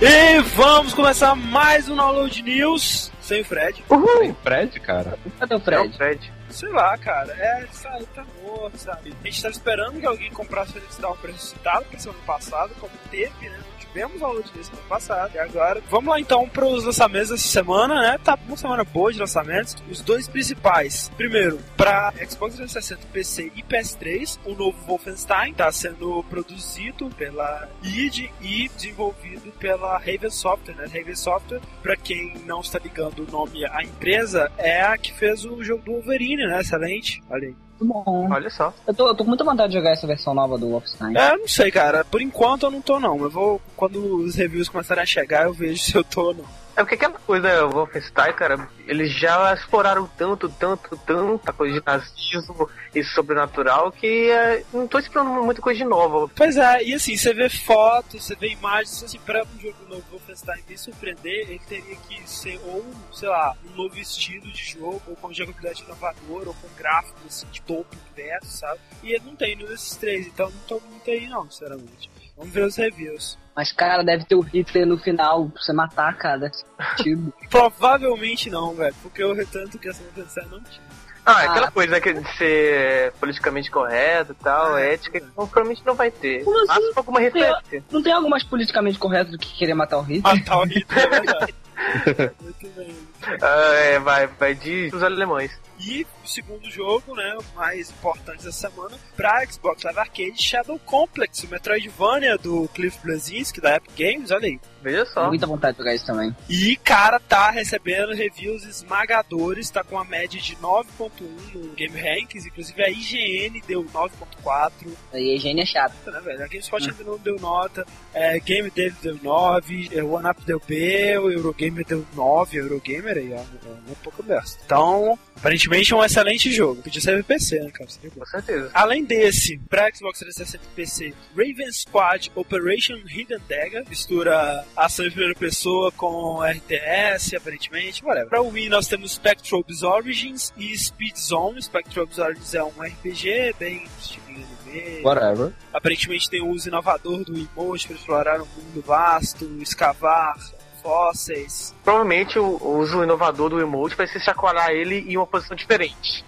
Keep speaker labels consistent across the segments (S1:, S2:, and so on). S1: E vamos começar mais um Download News sem o Fred.
S2: Uhul!
S3: Tem Fred, cara.
S2: Cadê o
S4: É o
S2: Fred?
S4: Fred.
S1: Sei lá, cara, é, sabe, tá morto, sabe? A gente tava esperando que alguém comprasse pra gente dar um preço citado pra esse ano passado, como teve, né? Não Tivemos Download News ano passado, e agora. Vamos lá então pros lançamentos dessa semana, né? Tá uma semana boa de lançamentos. Os dois principais. Primeiro, pra Xbox 360, PC e PS3, o novo Wolfenstein tá sendo produzido pela id e desenvolvido pela Raven Software, né? Raven Software Pra quem não está ligando o nome à empresa, é a que fez o jogo do Wolverine, né? Excelente. Olha aí.
S2: Muito bom.
S4: Olha só.
S2: Eu tô, eu tô com muita vontade de jogar essa versão nova do Wolfenstein.
S1: É, não sei, cara. Por enquanto eu não tô, não. Eu vou. Quando os reviews começarem a chegar, eu vejo se eu tô ou não.
S4: É porque aquela coisa, o Wolfenstein, cara, eles já exploraram tanto, tanto, tanta coisa de nazismo e sobrenatural que é, não tô esperando muita coisa de nova.
S1: Pois é, e assim, você vê fotos, você vê imagens, assim, pra um jogo novo Wolfenstein me surpreender, ele teria que ser ou, sei lá, um novo estilo de jogo, ou com jogabilidade inovador, ou com gráficos assim, de topo e verso, sabe? E ele não tem nenhum desses três, então não tô muito aí não, sinceramente. Vamos ver os reviews.
S2: Mas, cara, deve ter o Hitler no final pra você matar, cara. Deve ser divertido.
S1: Provavelmente não, velho, porque eu tanto que essa mudança não tinha.
S4: Ah,
S2: Ah.
S4: aquela coisa que de ser politicamente correto e tal,
S1: Ah,
S4: ética, então, provavelmente não vai ter.
S2: Como assim?
S4: Mas alguma referência.
S2: Não tem algo mais politicamente correto do que querer matar o Hitler?
S1: Matar o Hitler, é verdade. Muito bem.
S4: Ah, é, vai, vai de os alemães.
S1: E o segundo jogo, né, o mais importante da semana, pra Xbox Live Arcade, Shadow Complex, o Metroidvania do Cliff Blazinski, da Epic Games, olha aí.
S4: Veja
S2: Tenho
S4: só.
S2: Muita vontade de jogar isso também.
S1: E, cara, tá recebendo reviews esmagadores, tá com a média de 9.1 no Game Rankings, inclusive a IGN deu 9.4,
S2: Aí a higiene é chato.
S1: nota, né, velho? A GameSpot ainda não deu nota, é, Game Dave deu 9, é, o OneUp deu B, o Eurogamer deu 9, o Eurogamer aí, ó, é um pouco dessa. Então, aparentemente é um excelente jogo. Podia ser VPC, né, cara? Seria bom.
S4: Com certeza.
S1: Além desse, para Xbox 360 e PC, Raven Squad Operation Hidden Dagger mistura ação em primeira pessoa com RTS, aparentemente, whatever. Para Wii nós temos Spectrobes Origins e Speed Zone. Spectrobes Origins é um RPG bem estilinho anime,
S3: Whatever.
S1: Aparentemente tem um uso inovador do emoji para explorar um mundo vasto, escavar fósseis.
S4: Provavelmente o, o uso inovador do emote vai ser chacoalhar ele em uma posição diferente.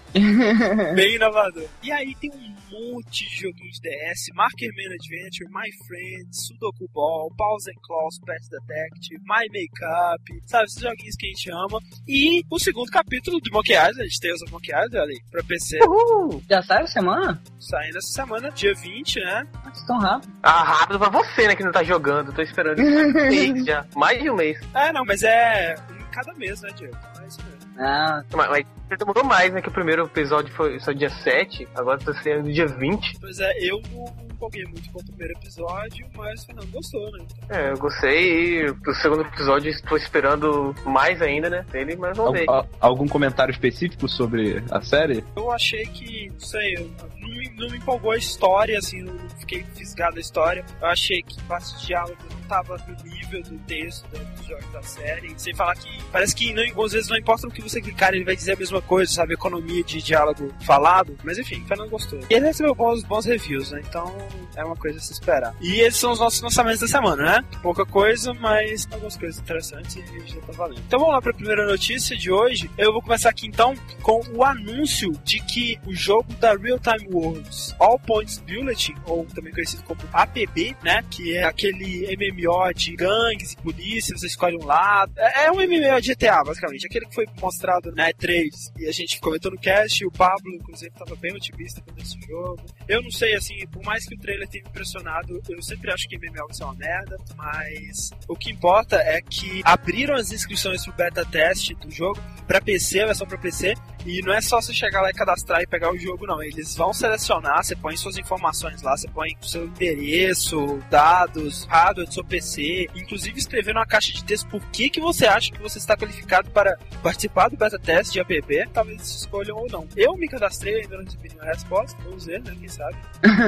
S1: Bem inovador. E aí tem um monte de joguinhos de DS, Markerman Adventure, My Friends, Sudoku Ball, Pause and Claws, Pet Detective, My Makeup, sabe, esses joguinhos que a gente ama. E o segundo capítulo de Monkey Island, Tales of Monkey Island, olha aí, pra PC,
S4: Uhul!
S2: Já sai a semana?
S1: saindo essa semana, dia 20, né?
S2: Nossa, tão rápido.
S4: Ah, rápido pra você, né, que não tá jogando. Tô esperando um mês já. Mais de um mês.
S1: É, não, mas é em cada mês, né, Diego? É isso mesmo.
S2: Ah,
S4: Mas, mas você demorou mais, né? Que o primeiro episódio foi só dia 7, agora tá sendo dia 20.
S1: Pois é, eu não empolguei muito com o primeiro episódio, mas o Fernando gostou, né? Então,
S4: É, eu gostei e o segundo episódio estou esperando mais ainda, né? Dele, mas vamos ver.
S3: Al- al- algum comentário específico sobre a série?
S1: eu achei que, não sei, eu- não, me- não me empolgou a história, assim, não não fiquei fisgado a história. Eu achei que a parte de diálogo não tava no nível do texto da- dos jogos da série. Sem falar que parece que não, às vezes não importa no que você clicar, ele vai dizer a mesma coisa, sabe? Economia de diálogo falado. Mas enfim, o Fernando gostou. E ele recebeu bons, bons reviews, né? Então é uma coisa a se esperar. E esses são os nossos lançamentos da semana, né? Pouca coisa, mas algumas coisas interessantes e já tá valendo. Então vamos lá para a primeira notícia de hoje. Eu vou começar aqui então com o anúncio de que o jogo da Real Time Worlds All Points Bulletin, ou também conhecido como APB, né? Que é aquele MMO de gangues e polícia, você escolhe um lado. É é um MMO de GTA, basicamente. Aquele que foi mostrado na E3 e a gente comentou no cast. O Pablo, inclusive, estava bem otimista com esse jogo. Eu não sei, assim, por mais que o trailer tenha me impressionado, eu sempre acho que MMO vai ser uma merda, mas o que importa é que abriram as inscrições pro beta teste do jogo pra PC, a versão é pra PC, e não é só você chegar lá e cadastrar e pegar o jogo, não. Eles vão selecionar, você põe suas informações lá, você põe o seu endereço, dados, hardware do seu PC, inclusive escrever numa caixa de texto por que, que você acha que você está qualificado para participar do beta teste de APB, talvez eles escolham ou não. Eu me cadastrei, ainda não recebi nenhuma resposta, vamos ver, né? Quem sabe.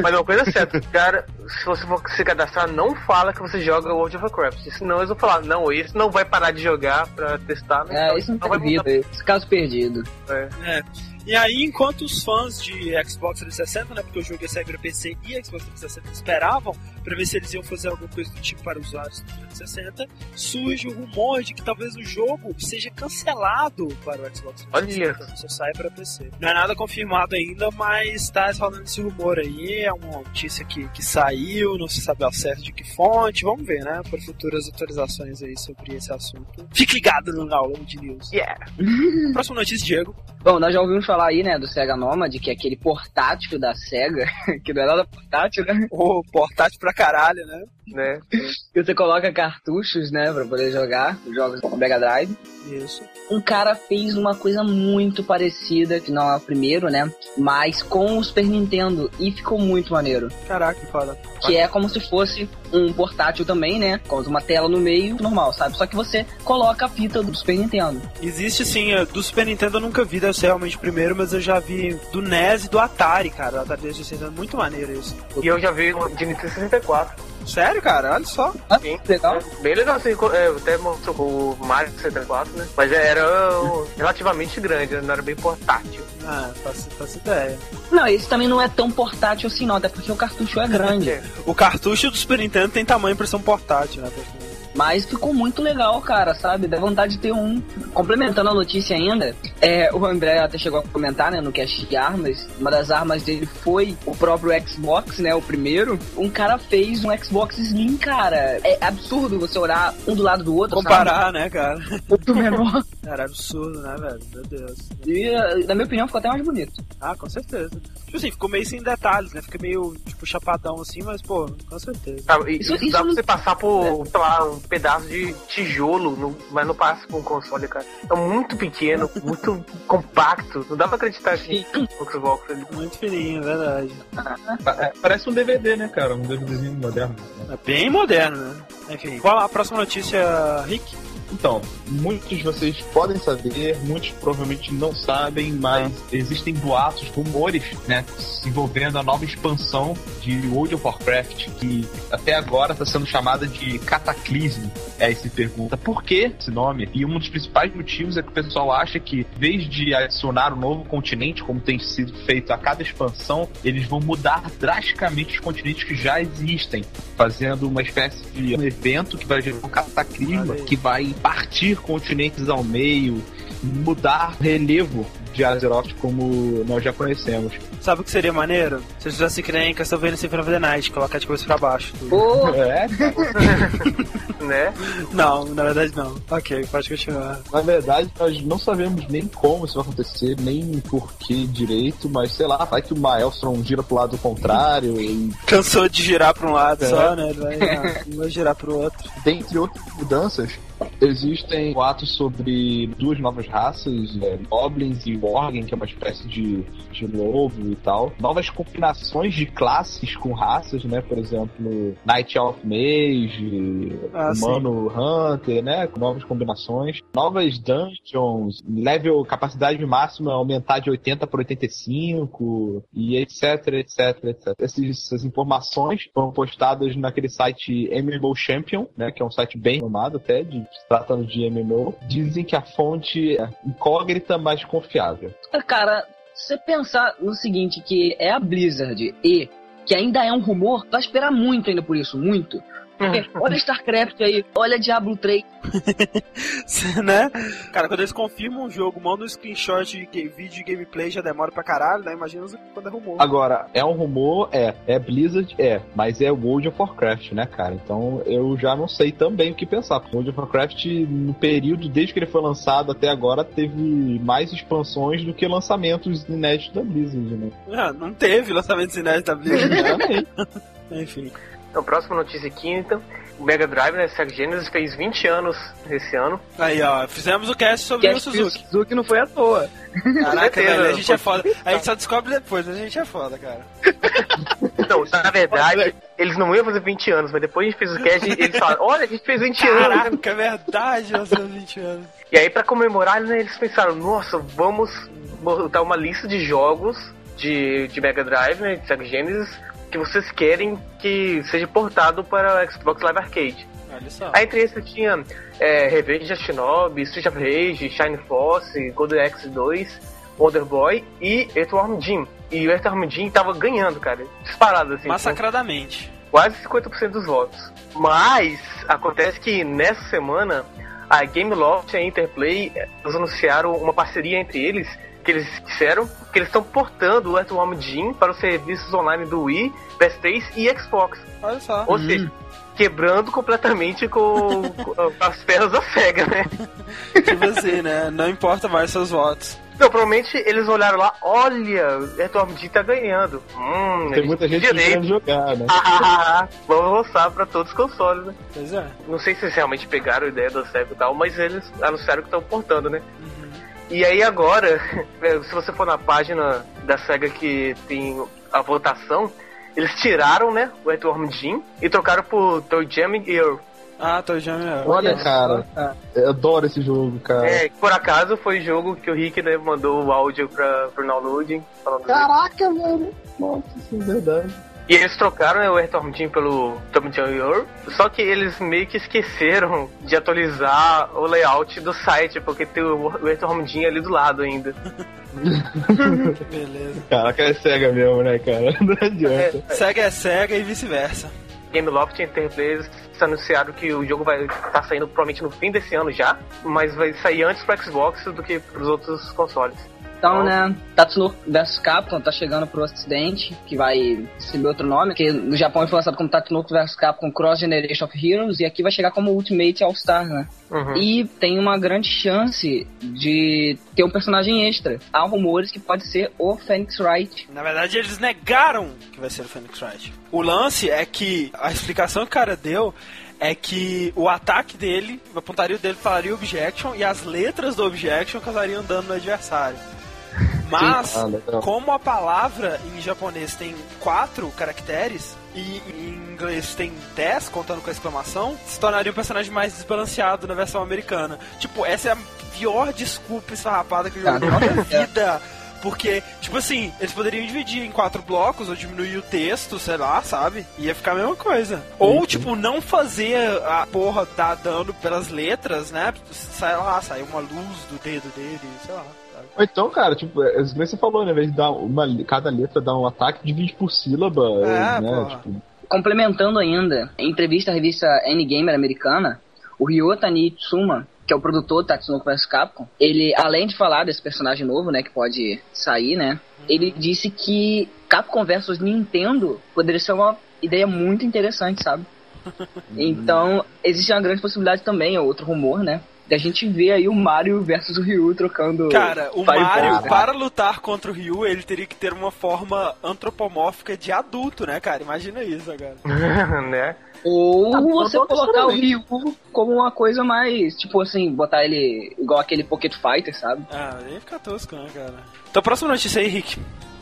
S4: Mas uma coisa é certa, cara, se você for se cadastrar, não fala que você joga World of Warcraft. Senão eles vão falar, não, isso não vai parar de jogar pra testar, né?
S2: é, isso não
S4: vai
S2: tem vida. Esse caso perdido.
S4: mudar. É.
S1: É. E aí, enquanto os fãs de Xbox 360, né, porque o jogo ia sair pra PC e Xbox 360 esperavam pra ver se eles iam fazer alguma coisa do tipo para usuários do 360, surge o rumor de que talvez o jogo seja cancelado para o Xbox 360,
S4: Olha.
S1: só saia pra PC. Não é nada confirmado ainda, mas tá rolando esse rumor aí, é uma notícia que, que saiu, não se sabe ao certo de que fonte, vamos ver, né, por futuras atualizações aí sobre esse assunto. Fique ligado no Download News.
S4: Yeah.
S1: Próxima notícia, Diego.
S2: Bom, nós já ouvimos falar aí, né, do Sega Nomad, que é aquele portátil da Sega, que não é nada portátil, né?
S1: Ô, portátil pra caralho, né?
S4: Né?
S2: Que você coloca cartuchos, né, pra poder jogar os jogos do Mega Drive.
S1: Isso.
S2: um cara fez uma coisa muito parecida, que não é o primeiro, né? Mas com o Super Nintendo e ficou muito maneiro.
S1: Caraca, que foda.
S2: Que é como se fosse um portátil também, né? Com uma tela no meio, normal, sabe? Só que você coloca a fita do Super Nintendo.
S1: Existe sim, eh, do Super Nintendo eu nunca vi, deve ser realmente o primeiro, mas eu já vi do NES e do Atari, cara. O Atari 360 é muito maneiro isso.
S4: E eu já vi um de Nintendo 64.
S1: Sério, cara? Olha só.
S2: Ah,
S4: Sim.
S2: legal.
S4: Bem legal, assim, co- é, até mostrou o Mario 64, né? Mas era um, relativamente grande, né? não era bem portátil.
S1: Ah, faço, faço ideia.
S2: Não, esse também não é tão portátil assim, não, até porque o cartucho é grande.
S4: É.
S1: O cartucho do Super Nintendo tem tamanho pra ser um portátil, né? praticamente.
S2: Mas ficou muito legal, cara, sabe? Dá vontade de ter um. Complementando a notícia ainda, é, o André até chegou a comentar, né, no cast de armas. Uma das armas dele foi o próprio Xbox, né, o primeiro. Um cara fez um Xbox Slim, cara. É absurdo você olhar um do lado do outro,
S1: Comparar, né, cara?
S2: sabe? Muito menor.
S1: Era absurdo, né, velho? Meu Deus.
S2: E, na minha opinião, ficou até mais bonito.
S1: Ah, com certeza. Tipo assim, ficou meio sem detalhes, né? Fica meio, tipo, chapadão assim, mas, pô, com certeza.
S4: Sabe, e-
S2: Isso-
S4: isso dá
S2: isso
S4: pra
S2: não- É.
S4: você passar por, sei lá, um pedaço de tijolo, no- mas não passa por um console, cara. É muito pequeno, muito compacto. Não dá pra acreditar que o Xbox ele
S1: Muito fininho, é verdade.
S3: Pa- é, Parece um DVD, né, cara? Um DVDzinho moderno.
S1: É bem moderno, né? Enfim, vamos lá, próxima notícia, Rick.
S3: Então, muitos de vocês podem saber, muitos provavelmente não sabem, mas existem boatos, rumores, né, envolvendo a nova expansão de World of Warcraft, que até agora está sendo chamada de Cataclismo. Aí se pergunta por que esse nome? E um dos principais motivos é que o pessoal acha que, em vez de adicionar um novo continente, como tem sido feito a cada expansão, eles vão mudar drasticamente os continentes que já existem fazendo uma espécie de um evento que vai gerar um
S1: Olha
S3: cataclisma
S1: aí.
S3: que vai partir continentes ao meio, mudar o relevo de Azeroth como nós já conhecemos.
S1: Sabe o que seria maneiro? Se eles fizessem que nem Castlevania Symphony of the Night, colocar de cabeça pra baixo. tudo.
S2: Pô,
S3: É,
S4: né?
S1: Não, na verdade não. Ok, pode continuar.
S3: na verdade, nós não sabemos nem como isso vai acontecer, nem porquê direito, mas sei lá, vai que o Maelstrom gira pro lado contrário e
S1: Cansou de girar pra um lado
S3: É.
S1: só, né? Ele vai, ah, vai girar pro outro.
S3: dentre outras mudanças, existem boatos sobre duas novas raças, né, Goblins e Worgen, que é uma espécie de, de lobo e tal. Novas combinações de classes com raças, né? Por exemplo, Night Elf Mage,
S1: Ah, sim.
S3: Humano Hunter, né? Com novas combinações. Novas dungeons, level, capacidade máxima é aumentar de 80 para 85 e etc, etc, etc. Essas, essas informações foram postadas naquele site MMO Champion, né? Que é um site bem formado até, de, se tratando de MMO. Dizem que a fonte é incógnita, mas confiável.
S2: cara, se você pensar no seguinte, que é a Blizzard e que ainda é um rumor, vai esperar muito ainda por isso, muito. Porque olha StarCraft aí, olha Diablo 3.
S1: né? Cara, quando eles confirmam um jogo, mandam um screenshot de ga- vídeo e gameplay, já demora pra caralho, né? Imagina quando arrumou.
S3: Agora, é um rumor? É. É Blizzard? É. Mas é World of Warcraft, né, cara? Então eu já não sei também o que pensar. Porque World of Warcraft, no período desde que ele foi lançado até agora, teve mais expansões do que lançamentos inéditos da Blizzard, né?
S1: Ah, não teve lançamento de inédito da Blizzard.
S3: Também.
S1: Enfim.
S4: Então, próxima notícia aqui, então. O Mega Drive, né? Sega Genesis fez 20 anos esse ano.
S1: Aí, ó, fizemos o cast sobre o Suzuki.
S2: Suzuki não foi à toa.
S1: Caraca,
S4: certeza,
S1: velho, a gente
S4: foi-
S1: é foda. A gente só descobre depois, mas a gente é foda, cara.
S4: Não, na verdade, eles não iam fazer 20 anos, mas depois a gente fez o cast e eles falaram, olha, a gente fez 20 anos.
S1: Caraca, é verdade, nós temos 20 anos.
S4: E aí, pra comemorar, né, eles pensaram, nossa, vamos botar uma lista de jogos de, de Mega Drive, né, de Sega Genesis, que vocês querem que seja portado para o Xbox Live Arcade.
S1: Olha só.
S4: Aí, entre esses, tinha é, Revenge of Shinobi, Street of Rage, Shine Force, Golden Axe 2, Wonder Boy e Earthworm Jim. E o Earthworm Jim tava ganhando, cara. Disparado, assim. com-
S1: Massacradamente.
S4: quase 50% dos votos. Mas acontece que nessa semana a Gameloft e a Interplay eh, eles anunciaram uma parceria entre eles que eles disseram que eles estão portando o Earthworm Jim para os serviços online do Wii, PS3 e Xbox.
S1: Olha só.
S3: Uhum.
S4: Ou seja, quebrando completamente com, com as pernas da SEGA, né?
S1: Tipo assim, né? Não importa mais seus votos.
S4: Então, provavelmente eles olharam lá, olha, o Earthworm Jim tá ganhando. Hum,
S3: Tem muita gente que
S4: direito.
S3: querendo jogar, né?
S4: Ah, ah, ah, ah. Vamos lançar para todos os consoles, né?
S1: Pois é.
S4: Não sei se eles realmente pegaram a ideia da SEGA e tal, mas eles anunciaram que estão portando, né? E aí agora, eh, se você for na página da SEGA que tem a votação, eles tiraram, né, o Earthworm Jim e trocaram por Toe Jam e Earl.
S1: Ah, tô já melhor. Ah,
S3: Olha, cara, eu adoro esse jogo, cara.
S4: É, por acaso foi jogo que o Rick, né, mandou o áudio pra, pro download, falando...
S3: Ah. Caraca, velho. Nossa, isso é verdade.
S4: E eles trocaram né, o Earthworm Jim pelo Tom Jam Yor, só que eles meio que esqueceram de atualizar o layout do site, porque tem o Earthworm Jim ali do lado ainda.
S1: Beleza.
S3: Caraca, é cega mesmo, né, cara? Não adianta.
S1: Sega é cega e vice-versa.
S4: Gameloft e Interplay eles anunciaram tá que o jogo vai estar saindo provavelmente no fim desse ano já, mas vai sair antes pro Xbox do que pros outros consoles.
S2: Então, né, Tatsunoko vs Capcom tá chegando pro ocidente, que vai receber outro nome, que no Japão foi lançado como Tatsunoko vs Capcom Cross Generation of Heroes, e aqui vai chegar como Ultimate All-Star, né?
S4: Uhum.
S2: E tem uma grande chance de ter um personagem extra. Há rumores que pode ser o Phoenix Wright.
S1: Na verdade, eles negaram que vai ser o Phoenix Wright. O lance é que a explicação que o cara deu é que o ataque dele, o pontaria dele falaria objection e as letras do objection causariam dano no adversário. Mas,
S3: Ah, legal.
S1: como a palavra em japonês tem quatro caracteres e em inglês tem 10 contando com a exclamação, se tornaria um personagem mais desbalanceado na versão americana. Tipo, essa é a pior desculpa esfarrapada que eu já ouvi na minha vida. Porque, tipo assim, eles poderiam dividir em quatro blocos ou diminuir o texto, sei lá, sabe? Ia ficar a mesma coisa. Ou, tipo, não fazer a porra dar dano pelas letras, né? Sei lá, sair uma luz do dedo dele, sei lá. sabe?
S3: Ou então, cara, tipo, é, é isso que você falou, né? Ao invés de dar uma, cada letra dar um ataque, divide por sílaba,
S1: É,
S3: né?
S1: porra.
S3: Tipo,
S2: Complementando ainda, em entrevista à revista N-Gamer americana, o Ryota Nitsuma, que é o produtor do Tatsunoko vs Capcom, ele, além de falar desse personagem novo, né, que pode sair, né, ele disse que Capcom vs Nintendo poderia ser uma ideia muito interessante, sabe? Então, existe uma grande possibilidade também, é outro rumor, né, da gente ver aí o Mario versus o Ryu trocando...
S1: Cara, o
S2: fireball,
S1: Mario,
S2: né?
S1: para lutar contra o Ryu, ele teria que ter uma forma antropomórfica de adulto, né, cara? Imagina isso agora.
S4: né?
S2: Ou você
S3: botou
S2: colocar o
S3: absolutamente.
S2: Ryu como uma coisa mais, tipo assim, botar ele igual aquele Pocket Fighter, sabe?
S1: Ah, ia ficar tosco, né, cara? Então, próxima notícia aí, Rick.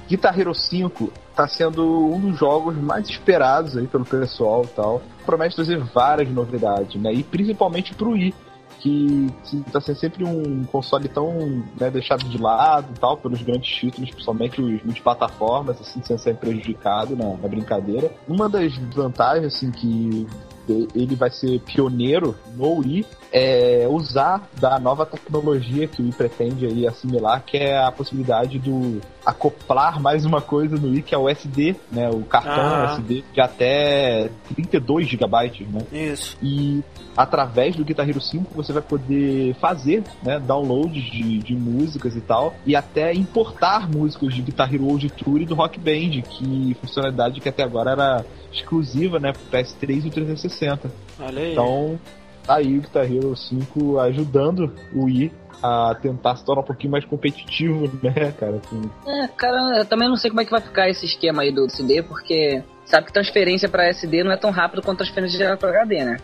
S3: Guitar Hero 5 tá sendo um dos jogos mais esperados aí pelo pessoal e tal. Promete trazer várias novidades, né? E principalmente pro Wii, que, que tá sendo sempre um console tão né, deixado de lado e tal, pelos grandes títulos, principalmente os multiplataformas, assim, sendo sempre prejudicado na, na brincadeira. Uma das vantagens, assim, que ele vai ser pioneiro no Wii, é usar da nova tecnologia que o Wii pretende aí assimilar, que é a possibilidade do acoplar mais uma coisa no Wii, que é o SD, né? O cartão
S1: Ah.
S3: SD de até 32 GB, né?
S1: Isso.
S3: E através do Guitar Hero 5 você vai poder fazer né, downloads de, de músicas e tal, e até importar músicas de Guitar Hero Old Tour e do Rock Band, que funcionalidade que até agora era exclusiva né, pro PS3 e o 360.
S1: Olha aí.
S3: Então, tá aí o Guitar Hero 5 ajudando o Wii a tentar se tornar um pouquinho mais competitivo, né, cara? Com-
S2: É, cara, eu também não sei como é que vai ficar esse esquema aí do CD, porque sabe que transferência pra SD não é tão rápido quanto transferência direto pra HD, né?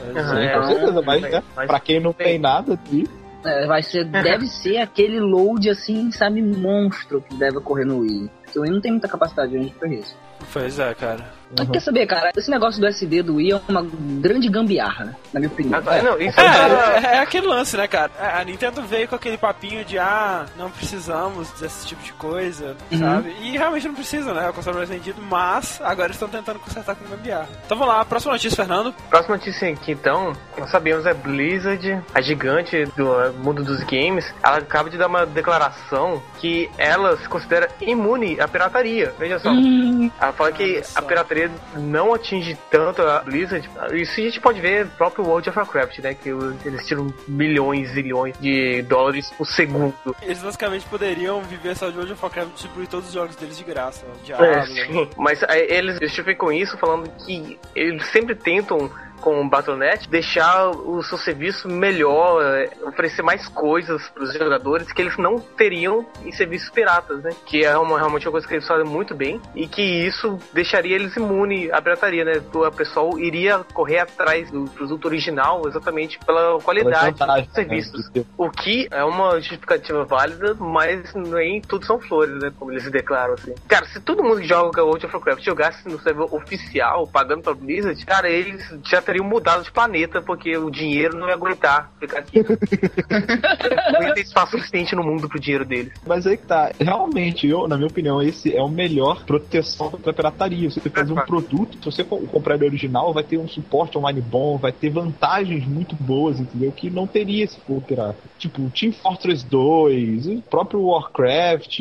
S4: Aham,
S3: Sim,
S4: é.
S3: com certeza, mas, né,
S4: Mas-
S3: pra quem não tem nada, Wii,
S2: É, vai ser, deve ser aquele load assim, sabe, monstro que deve ocorrer no Wii. Porque o Wii não tem muita capacidade hoje pra né, isso.
S1: Pois é, cara.
S2: Uhum. Quer saber, cara? Esse negócio do SD do Wii é uma grande gambiarra, na minha opinião.
S4: Ah, não, isso
S1: É,
S4: é, uma-
S1: é- é aquele lance, né, cara? A a Nintendo veio com aquele papinho de ah, não precisamos desse tipo de coisa,
S2: Uhum.
S1: sabe? E realmente não precisa, né? É o console mais vendido, mas agora eles estão tentando consertar com gambiarra. Então vamos lá, próxima notícia, Fernando.
S4: Próxima notícia aqui, então, nós sabemos é Blizzard, a gigante do eh, mundo dos games, ela acaba de dar uma declaração que ela se considera imune à pirataria. Veja só.
S2: Hum,
S4: Ela fala que
S1: Olha só.
S4: a pirataria não atinge tanto a Blizzard. Isso a gente pode ver no próprio World of Warcraft, né? Que eles tiram milhões e zilhões de dólares por segundo.
S1: Eles basicamente poderiam viver só de World of Warcraft e distribuir todos os jogos deles de graça. o Diablo,
S4: É, sim. Mas aí, eles justificam isso falando que eles sempre tentam com o Battle.net deixar o seu serviço melhor, é, oferecer mais coisas para os jogadores que eles não teriam em serviços piratas, né? Que é uma, realmente uma coisa que eles fazem muito bem e que isso deixaria eles imunes à pirataria, né? O pessoal iria correr atrás do produto original exatamente pela qualidade
S3: né?
S4: dos serviços. O que é uma justificativa válida, mas nem tudo são flores, né? Como eles declaram, assim. Cara, se todo mundo que joga World of Warcraft jogasse no servidor oficial, pagando pra Blizzard, cara, eles já teriam mudado de planeta, porque o dinheiro não ia aguentar ficar aqui. não tem espaço suficiente no mundo pro dinheiro deles.
S3: Mas aí que tá, realmente, eu, na minha opinião, esse é o melhor proteção contra a pirataria. Você faz um
S4: Claro.
S3: produto, se você co- comprar ele original, vai ter um suporte online bom, vai ter vantagens muito boas, entendeu? Que não teria se for pirata. Tipo, Team Fortress 2, o próprio Warcraft,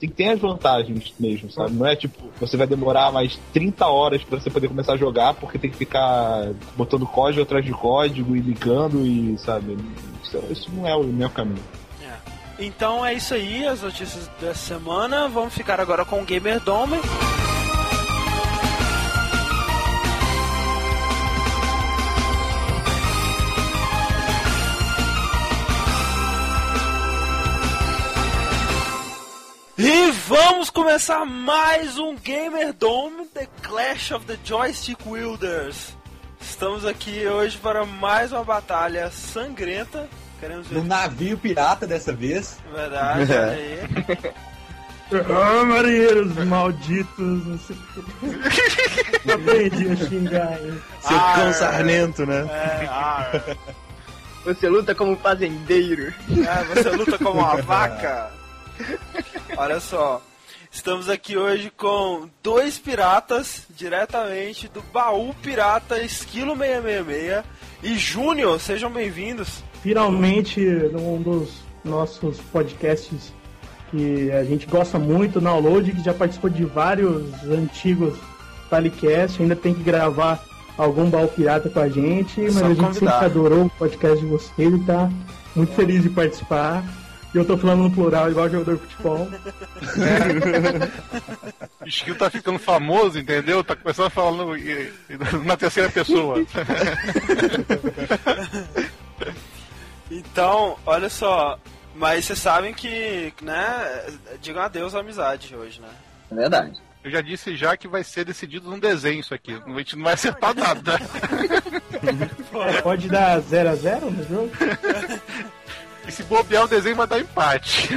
S3: tem, tem as vantagens mesmo, sabe? Não é tipo, você vai demorar mais 30 horas pra você poder começar a jogar, porque tem que ficar botando código atrás de código e ligando e, sabe? Isso, isso não é o meu caminho.
S1: Então é isso aí, as notícias dessa semana. Vamos ficar agora com o Gamer Dome. E vamos começar mais um Gamer Dome The Clash of the Joystick Wielders. Estamos aqui hoje para mais uma batalha sangrenta. Queremos ver é
S5: No navio pirata dessa vez.
S1: Verdade, olha aí.
S6: Ah, marinheiros malditos, não sei Eu aprendi a xingar hein?
S5: Seu
S1: Ah, é.
S5: cão sarnento, né?
S1: É, ar.
S2: Você luta como um fazendeiro.
S1: É, você luta como uma vaca. Olha só. Estamos aqui hoje com dois piratas, diretamente do baú pirata Esquilo 666 e Júnior, sejam bem-vindos.
S6: Finalmente, num dos nossos podcasts que a gente gosta muito, Download, que já participou de vários antigos Talicast, ainda tem que gravar algum baú pirata com a gente, mas
S5: Só
S6: a gente
S5: convidar.
S6: sempre adorou o podcast de vocês e tá muito feliz de participar. E eu tô falando no plural, igual jogador de futebol.
S7: O Esquilo tá ficando famoso, entendeu? Tá começando a falar no- e- e- na terceira pessoa.
S1: Então, olha só, mas vocês sabem que, né, digam adeus à amizade hoje, né?
S2: É verdade.
S7: Eu já disse já que vai ser decidido num desenho isso aqui. A gente não vai acertar nada.
S6: Pode dar 0 a 0 no jogo?
S7: E se bobear o desenho vai dar empate.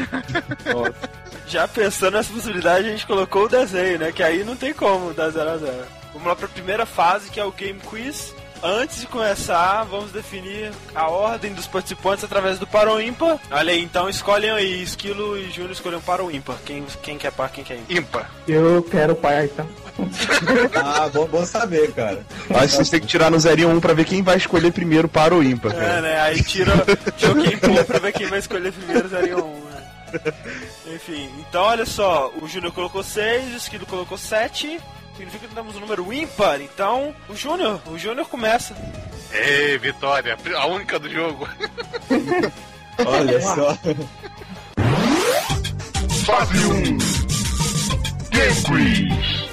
S1: Já pensando nessa possibilidade, a gente colocou o desenho, né? Que aí não tem como dar 0 a 0 Vamos lá para a primeira fase, que é o Game Quiz. Antes de começar, vamos definir a ordem dos participantes através do par ou ímpar. Olha aí, então escolhem aí, Esquilo e Júnior escolhem um par ou ímpar. Quem, quem quer par, quem quer ímpar.
S7: Ímpar.
S6: Eu quero par, tá?
S1: É.
S5: Ah, bom, bom saber, cara.
S8: Acho que vocês têm que tirar no 0 e 1 pra ver quem vai escolher primeiro para o ímpar.
S1: É, né? Aí tira, tira o quem pôr pra ver quem vai escolher primeiro 0 e 1, né? Enfim, então olha só, o Júnior colocou 6, o Esquilo colocou 7. Significa que temos um número ímpar, então o Júnior, o Júnior começa.
S7: Ei, vitória. A única do jogo.
S5: Olha só.
S7: Fase 1. Game Quiz.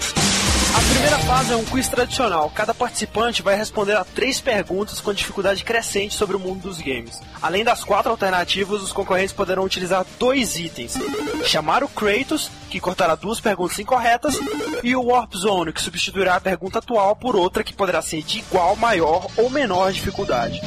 S1: A primeira fase é um quiz tradicional. Cada participante vai responder a três perguntas com dificuldade crescente sobre o mundo dos games. Além das quatro alternativas, os concorrentes poderão utilizar dois itens: chamar o Kratos, que cortará duas perguntas incorretas, e o Warp Zone, que substituirá a pergunta atual por outra que poderá ser de igual, maior ou menor dificuldade.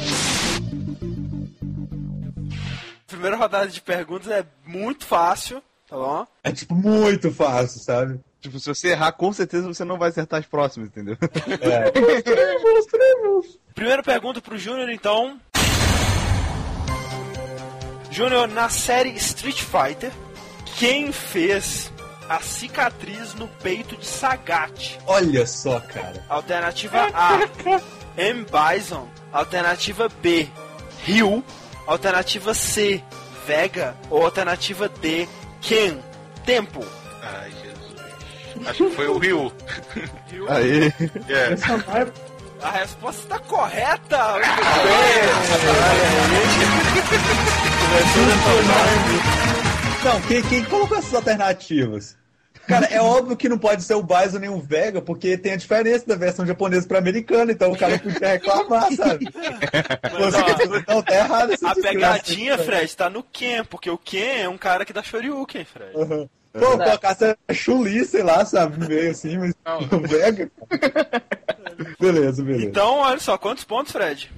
S1: Primeira rodada de perguntas é muito fácil, tá bom?
S5: É tipo muito fácil, sabe?
S8: Tipo, se você errar, com certeza você não vai acertar as próximas, entendeu?
S1: Primeira pergunta pro Júnior, então. Júnior, na série Street Fighter, quem fez a cicatriz no peito de Sagat?
S5: Olha só, cara.
S1: Alternativa A, M. Bison. Alternativa B, Ryu. Alternativa C, Vega. Ou alternativa D, Ken. Tempo.
S7: Ai, Jesus. Acho que foi o Ryu.
S8: Aí.
S7: É.
S6: Essa vai
S1: A resposta está correta!
S5: Não, quem, quem colocou essas alternativas? Cara, é óbvio que não pode ser o Bison nem o Vega, porque tem a diferença da versão japonesa pra americana, então o cara podia reclamar, sabe?
S1: Mas, ó,
S5: Você- não, tá errado essa
S1: a
S5: desgraça.
S1: pegadinha, Fred, tá no Ken, porque o Ken é um cara que dá Shoryuken, Fred.
S5: Uhum. Pô, colocasse a Chuli, sei lá, sabe? No meio assim, mas o Vega. beleza, beleza.
S1: Então, olha só, quantos pontos, Fred?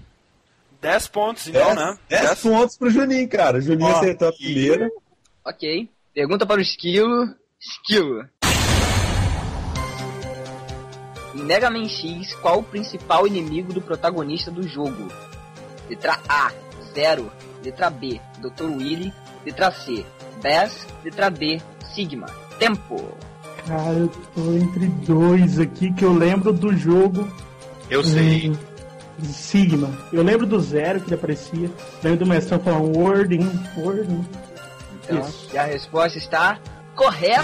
S1: 10 pontos, então, né?
S5: 10 pontos é pro Juninho, cara. O Juninho
S1: Ó,
S5: acertou a primeira.
S2: Ok. Pergunta para o Esquilo. Esquilo. Em Mega Man X, qual o principal inimigo do protagonista do jogo? Letra A, Zero. Letra B, Dr. Willy. Letra C, Bass. Letra D, Sigma. Tempo.
S6: Cara, eu tô entre dois aqui que eu lembro do jogo.
S7: Eu sei.
S6: hum, Sigma. Eu lembro do Zero que ele aparecia. Lembro do um mestrão falando Wording, Wording.
S2: Então,
S6: um Isso.
S2: e a resposta está correta.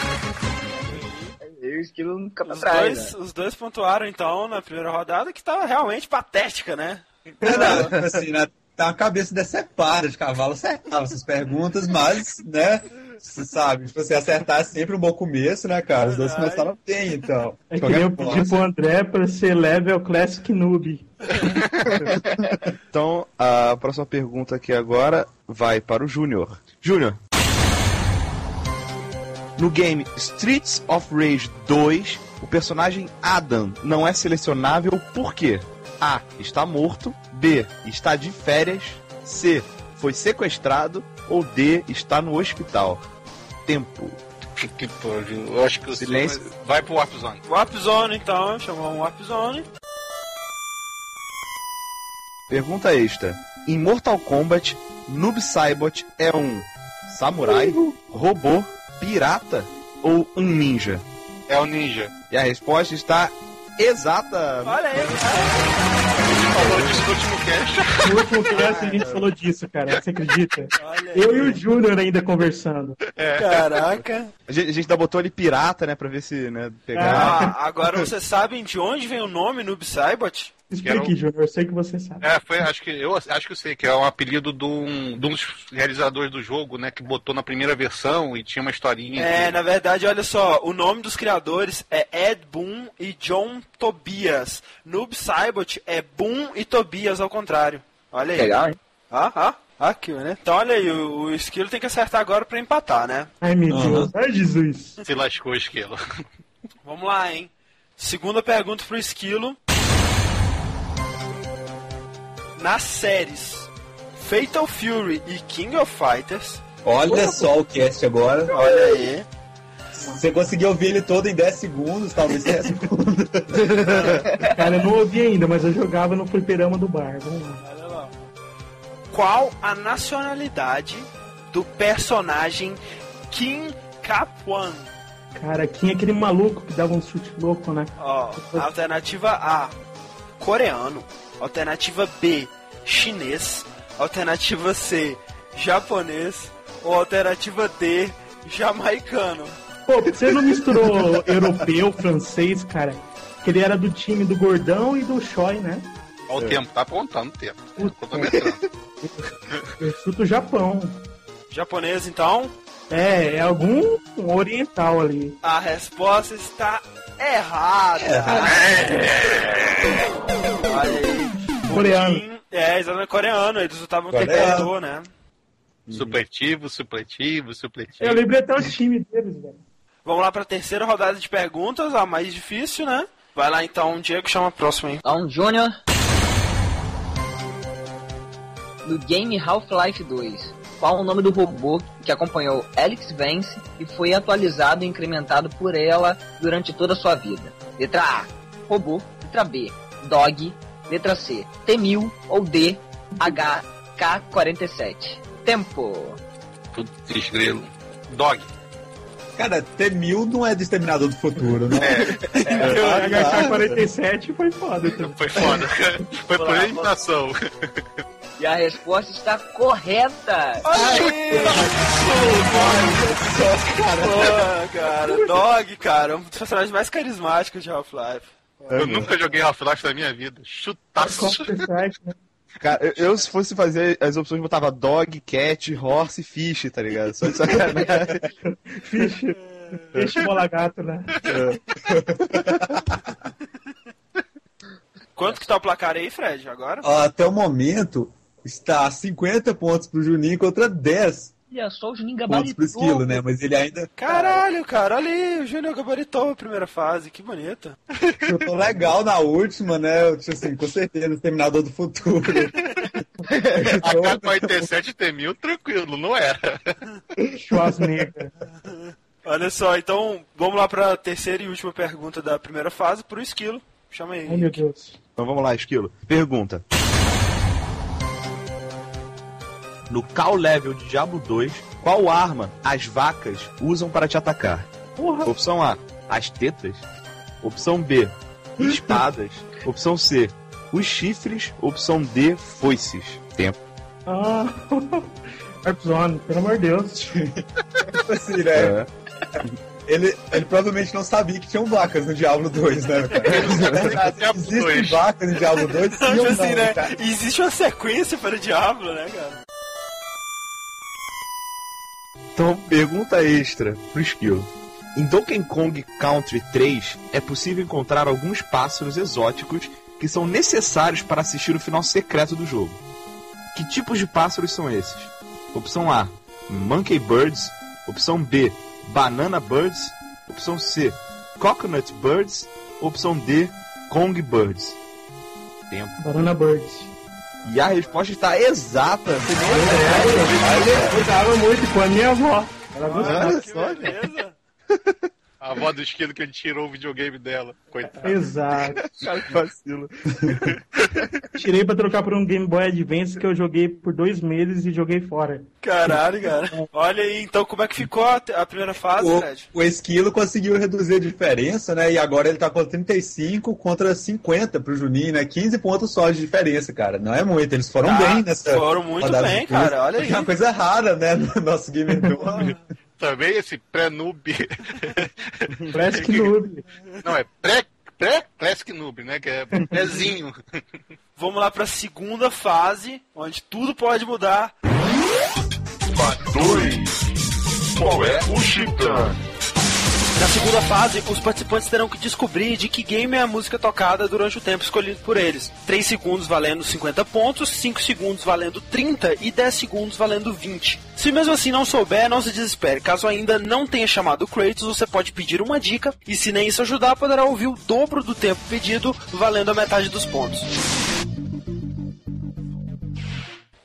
S2: Olha aí! O Esquilo nunca Tá pra
S1: Os
S2: trás.
S1: dois, os dois pontuaram, então, na primeira rodada, que tava realmente patética, né?
S5: Não, assim, né, tá uma cabeça decepada de cavalo, acertava essas perguntas, mas, né, você sabe, se você acertar é sempre um bom começo, né, cara? Os dois
S1: Verdade.
S5: começaram bem, então.
S6: É que
S5: Qualquer
S6: nem eu
S5: forma,
S8: tipo-
S6: pedi pro André pra ser level Classic Noob.
S8: Então, a próxima pergunta aqui agora vai para o Júnior. Júnior. No game Streets of Rage 2, o personagem Adam não é selecionável por quê? A. Está morto. B. Está de férias. C. Foi sequestrado. Ou D. Está no hospital. Tempo.
S7: Que, que pariu. Eu acho que o
S8: Silêncio.
S7: Vai pro Warp Zone.
S1: Warp Zone, então, chamou um Warp Zone.
S8: Pergunta extra. Em Mortal Kombat, Noob Saibot é um samurai, robô, pirata ou um ninja?
S7: É o Ninja.
S8: E a resposta está exata.
S1: Olha aí, né? cara.
S7: Ele falou disso no último cast.
S6: No último cast a gente falou disso, cara. Você acredita?
S1: Olha aí.
S6: Eu e o Júnior ainda conversando.
S1: Caraca.
S8: A gente, a gente ainda botou ele pirata, né, pra ver se, né, pegar.
S1: Ah, agora vocês sabem de onde vem o nome Noob Saibot?
S6: Explica
S7: um
S6: aqui, Júnior. Eu sei que você sabe.
S7: É, foi, acho que eu acho que eu sei, que é um apelido de um, de um dos realizadores do jogo, né? Que botou na primeira versão e tinha uma historinha.
S1: É,
S7: que-
S1: na verdade, olha só, o nome dos criadores é Ed Boon e John Tobias. Noob Saibot é Boon e Tobias ao contrário. Olha aí.
S2: Legal, hein?
S1: Ah, ah, aqui, né? Então olha aí, o, o Esquilo tem que acertar agora pra empatar, né?
S6: Ai, meu
S5: Aham.
S6: Deus. Ai, Jesus.
S7: se lascou o esquilo.
S1: Vamos lá, hein? Segunda pergunta pro Esquilo. Nas séries Fatal Fury e King of Fighters,
S5: Olha só o cast agora.
S1: olha aí,
S5: Você conseguiu ouvir ele todo em 10 segundos, talvez 10 segundos.
S6: Cara, eu não ouvi ainda, mas eu jogava no fliperama do bar. Vamos lá.
S1: olha lá. Qual a nacionalidade do personagem Kim Kapuan?
S6: Cara, quem é aquele maluco que dava um chute louco, né?
S1: Ó, alternativa A, coreano. Alternativa B, chinês. Alternativa C, japonês. Ou alternativa D, jamaicano.
S6: Pô, você não misturou europeu, francês, cara? Que ele era do time do Gordão e do Choi, né?
S8: É.
S7: Olha o tempo, tá apontando o tempo. Cronometrando.
S6: Eu chuto o Japão.
S1: Japonês, então?
S6: É, é algum oriental ali.
S1: A resposta está errada. Olha aí.
S6: Coreano.
S1: Putin- É, exatamente, coreano. Eles lutavam com o
S5: Coreano.
S1: Taekwondo, né?
S7: supletivo, supletivo,
S6: Eu
S7: supletivo.
S6: lembrei até o time deles, velho.
S1: Vamos lá para a terceira rodada de perguntas, a mais difícil, né? Vai lá então, Diego, chama a próxima, hein?
S2: Então, Júnior. No game Half-Life 2, principal, o nome do robô que acompanhou Alex Vance e foi atualizado e incrementado por ela durante toda a sua vida. Letra A, robô. Letra B, dog. Letra C, T-1000 ou D, HK-47. Tempo.
S7: Tudo desgrelo. Dog.
S5: Cara, T-1000 não é do Exterminador do Futuro, né? Então, Ah, é.
S6: HK47 foi foda. Também.
S7: Foi foda. Foi por eliminação.
S2: E a resposta está correta.
S1: Pô, cara, Dog, cara, um dos personagens mais carismáticos de Half-Life.
S8: É,
S7: Eu nunca joguei Half-Life na minha vida. Chutaço.
S6: Counter-Strike, né?
S8: Cara, eu, eu, se fosse fazer as opções, botava dog, cat, horse e fish, tá ligado? Só de sacanagem.
S6: Fish. Fish bola gato, né?
S1: Quanto que tá o placar aí, Fred, agora?
S5: Ó, Até o momento, está 50 pontos pro Juninho contra 10
S2: Olha só, o Juninho
S5: pontos
S2: gabaritou.
S5: pro Esquilo, né? Mas ele ainda
S1: Caralho, cara, olha aí, o Júnior gabaritou a primeira fase, que bonito.
S5: chutou legal na última, né? Tipo assim, com certeza, Exterminador do Futuro. Tipo
S7: AK-47 T1000, tranquilo, não era.
S6: Schwarzenegger.
S1: Olha só, então vamos lá pra terceira e última pergunta da primeira fase pro Esquilo. Chama aí.
S6: Ai meu Deus.
S8: Então vamos lá, Esquilo. Pergunta. No Call Level de Diablo 2, qual arma as vacas usam para te atacar?
S6: Porra.
S8: Opção A, as tetas. Opção B, espadas. Opção C, os chifres. Opção D, foices. Tempo.
S6: Ah. Harp Zone, pelo amor de Deus.
S5: Tipo assim, né?
S8: É.
S5: Ele, ele provavelmente não sabia que tinham vacas no Diablo 2, né? cara?
S7: Diablo
S5: Existem
S7: 2.
S5: vacas no Diablo 2? Sim
S1: Tipo
S5: ou
S1: assim,
S5: não,
S1: né?
S5: cara?
S1: Existe uma sequência para o Diablo, né, cara?
S8: Então, pergunta extra pro Esquilo. Em Donkey Kong Country 3, é possível encontrar alguns pássaros exóticos que são necessários para assistir o final secreto do jogo. Que tipos de pássaros são esses? Opção A: Monkey Birds. Opção B: Banana Birds. Opção C: Coconut Birds. Opção D: Kong Birds. Tempo.
S6: Banana Birds.
S8: E a resposta está exata.
S6: Eu jogava muito com a minha avó. Ela gostava.
S1: Ah,
S8: Olha
S1: Que
S8: só,
S1: beleza.
S7: A avó do esquilo que ele tirou o videogame dela. Coitado.
S6: Exato.
S8: cara, que vacilo.
S6: Tirei pra trocar por um Game Boy Advance que eu joguei por dois meses e joguei fora.
S1: Caralho, cara. Olha aí, então como é que ficou a, a primeira fase, Fred?
S5: O, o Esquilo conseguiu reduzir a diferença, né? E agora ele tá com 35 contra 50 pro Juninho, né? 15 pontos só de diferença, cara. Não é muito, eles foram
S1: Tá,
S5: bem nessa.
S1: Foram muito
S5: rodada
S1: bem,
S5: de quiz.
S1: cara. Olha aí.
S5: É uma coisa rara, né? No nosso Game Boy.
S7: Também esse pré-noob.
S6: Classic Noob.
S7: Não, é pré- pré-classic noob, né? Que é prézinho.
S1: Vamos lá pra segunda fase, onde tudo pode mudar.
S7: Qual é o Chitã?
S1: Na segunda fase, os participantes terão que descobrir de que game é a música tocada durante o tempo escolhido por eles. 3 segundos valendo 50 pontos, 5 segundos valendo 30 e 10 segundos valendo 20. Se mesmo assim não souber, não se desespere. Caso ainda não tenha chamado o Kratos, você pode pedir uma dica e se nem isso ajudar, poderá ouvir o dobro do tempo pedido, valendo a metade dos pontos.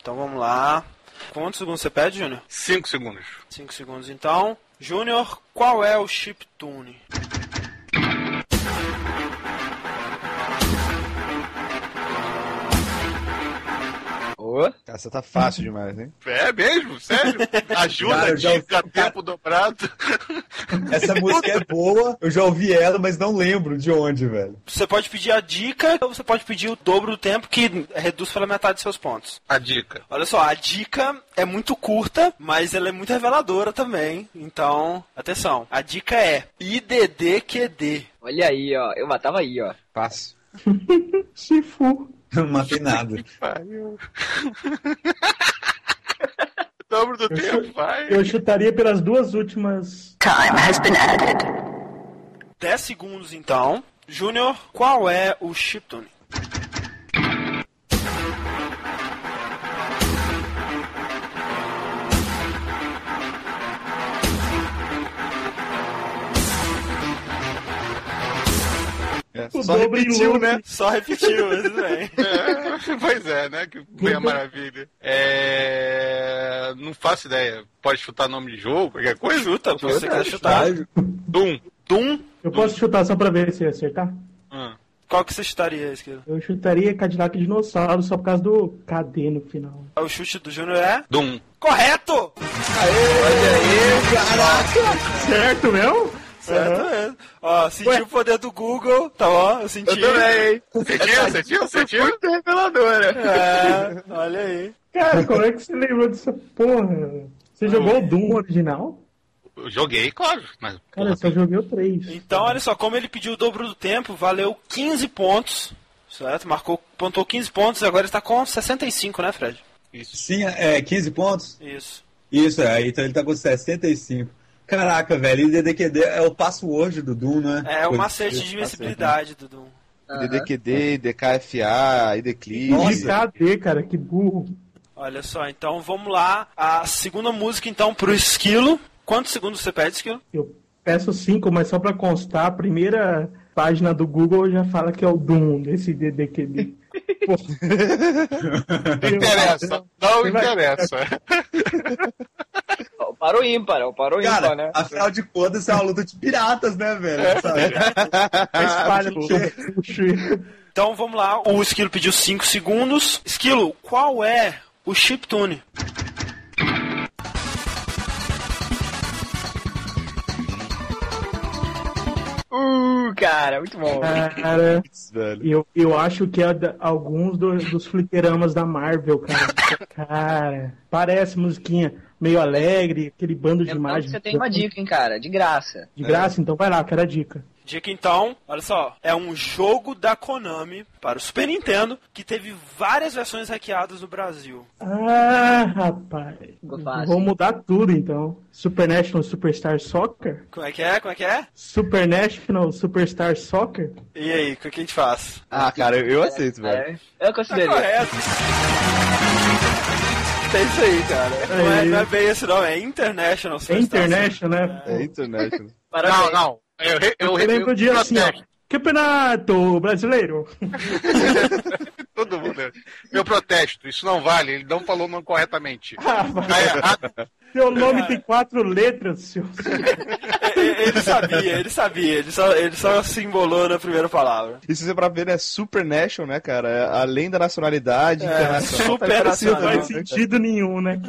S1: Então vamos lá. Quantos segundos você pede, Júnior?
S7: Cinco segundos.
S1: 5 segundos então. Júnior, qual é o chip tune?
S2: Ô,
S8: Cara, você tá fácil demais, hein?
S7: É mesmo? Sério?
S5: Cara,
S7: Ajuda,
S5: eu já ouvi-
S7: dica, tempo dobrado.
S5: Essa música é boa, eu já ouvi ela, mas não lembro de onde, velho.
S1: Você pode pedir a dica ou você pode pedir o dobro do tempo que reduz pela metade dos seus pontos.
S7: A dica.
S1: Olha só, a dica é muito curta, mas ela é muito reveladora também. Então, atenção. A dica é IDDQD.
S2: olha aí, ó. Eu matava aí, ó.
S8: Fácil.
S6: Sifu.
S5: Não matei nada.
S7: Dobro do tempo, vai.
S6: Eu chutaria pelas duas últimas.
S1: 10 segundos então. Júnior, qual é o chip tune?
S8: É,
S6: O
S8: só
S6: dobro em
S8: repetiu,
S6: loop.
S8: né?
S1: É, Só repetiu, mas tudo bem.
S8: Então-
S7: É, pois é, né? Que bem a maravilha. É... não faço ideia. Pode chutar nome de jogo, É, qualquer coisa?
S1: Chuta, o que você quer chutar.
S7: Doom. Doom?
S6: Eu posso chutar só pra ver se eu acertar?
S7: Ah,
S1: Qual que você chutaria, esquerda?
S6: Eu chutaria Cadillac e Dinossauro só por causa do KD no final.
S1: O chute do Júnior é.
S7: Doom.
S1: Correto!
S6: Certo, meu?
S1: Certo mesmo. Ó, senti o poder do Google, tá bom? Eu senti.
S7: também. Sentiu, sentiu, sentiu? reveladora.
S1: É, olha aí.
S6: Cara, como é que você lembrou dessa porra? Você jogou o Doom original?
S7: Eu joguei, claro. Mas,
S6: Cara, eu só joguei o 3.
S1: Então, olha só, como ele pediu o dobro do tempo, valeu 15 pontos. Certo? Marcou, pontuou 15 pontos e agora está com 65, né, Fred?
S5: Sim, é 15 pontos?
S1: Isso.
S5: Isso, é, então ele tá com 65. Caraca, velho, e DDQD é o password do Doom, né?
S1: É o
S5: Coisa-
S1: macete de invencibilidade, Dudu.
S8: Ah. DDQD, DKFA, IDCLI.
S6: De KD, cara, que burro.
S1: Olha só, então vamos lá. A segunda música, então, pro Esquilo. Quantos segundos você pede, Esquilo?
S6: Eu peço 5, mas só pra constar, a primeira página do Google já fala que é o Doom desse DDQD. Pô,
S7: Não interessa. Não
S6: Você vai-
S7: interessa.
S2: Parou ímpar, é o parou ímpar,
S5: Cara,
S2: né?
S5: afinal de contas, é uma luta de piratas, né, velho?
S1: É.
S5: Sabe?
S6: espalha no seu bucho.
S1: Então vamos lá. O Esquilo pediu 5 segundos. Esquilo, qual é o chiptune?
S2: Uh, cara, muito bom.
S6: Cara,
S8: velho.
S6: eu, eu acho que é da- alguns do- dos fliperamas da Marvel, cara. Cara, parece musiquinha meio alegre, aquele bando
S2: Lembrando
S6: de
S2: que
S6: imagens.
S2: Então, você tem uma dica, hein, cara, de graça.
S6: De graça, então vai lá, quero a dica.
S1: Dica então, olha só, é um jogo da Konami para o Super Nintendo que teve várias versões hackeadas no Brasil.
S6: Ah, rapaz.
S2: Ficou fácil.
S6: Vou mudar tudo então. Super National Superstar Soccer?
S1: Como é que é? Como é que é?
S6: Super National Superstar Soccer?
S1: E aí, o que a gente faz?
S8: Ah, cara, eu, eu aceito, velho.
S2: É,
S1: Tá
S2: eu considero.
S1: correto. É isso aí, cara. Não é, não é bem esse não, é International. assim.
S6: É International, né?
S8: É internet.
S7: Não, não. Eu, re- É, eu,
S6: Eu lembro o dia assim, ó. Campeonato Brasileiro.
S7: Todo mundo. é Meu protesto, isso não vale, ele não falou não corretamente. Tá errado.
S6: Seu
S7: É.
S6: nome tem quatro letras, seu.
S1: Ele ele sabia, ele sabia, ele só, ele só se embolou na primeira palavra.
S8: E se você pra ver, né? Supernation, né, cara? É Além da
S1: É,
S8: nacionalidade, internacional. tá
S1: supernacional.
S8: parecido,
S6: Não
S8: né,
S6: faz
S1: Faz
S8: cara?
S6: sentido nenhum, né?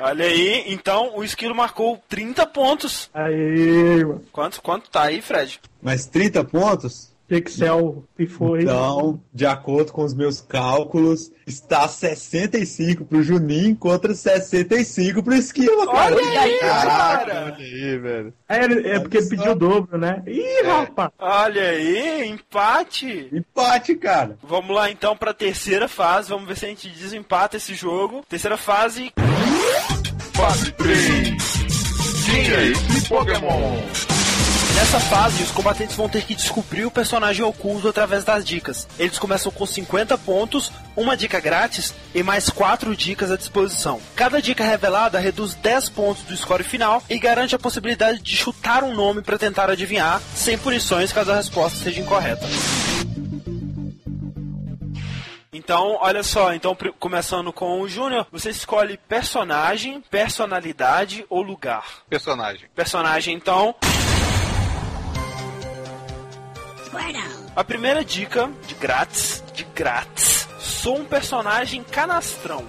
S1: Olha aí, então o Esquilo marcou 30 pontos.
S6: Aí, mano.
S1: Quanto, quanto tá aí, Fred?
S5: Mas 30 pontos?
S6: Pixel e foi.
S5: Então, de acordo com os meus cálculos, está 65 pro Juninho contra 65 pro Esquilo, cara.
S1: Olha aí,
S8: Olha
S1: cara!
S8: aí, velho.
S6: É, ele- é porque ele pediu o dobro, né?
S7: É.
S6: Ih, rapaz!
S1: Olha aí, empate!
S5: Empate, cara.
S1: Vamos lá então pra terceira fase, vamos ver se a gente desempata esse jogo. Terceira fase,
S7: Fase 3. Dias de Pokémon.
S1: Nessa fase, os combatentes vão ter que descobrir o personagem oculto através das dicas. Eles começam com 50 pontos, uma dica grátis e mais 4 dicas à disposição. Cada dica revelada reduz 10 pontos do score final e garante a possibilidade de chutar um nome para tentar adivinhar, sem punições caso a resposta seja incorreta. Então, olha só, então pri- começando com o Júnior, você escolhe personagem, personalidade ou lugar.
S7: Personagem.
S1: Personagem, então, A primeira dica, de grátis, de grátis. Sou um personagem canastrão.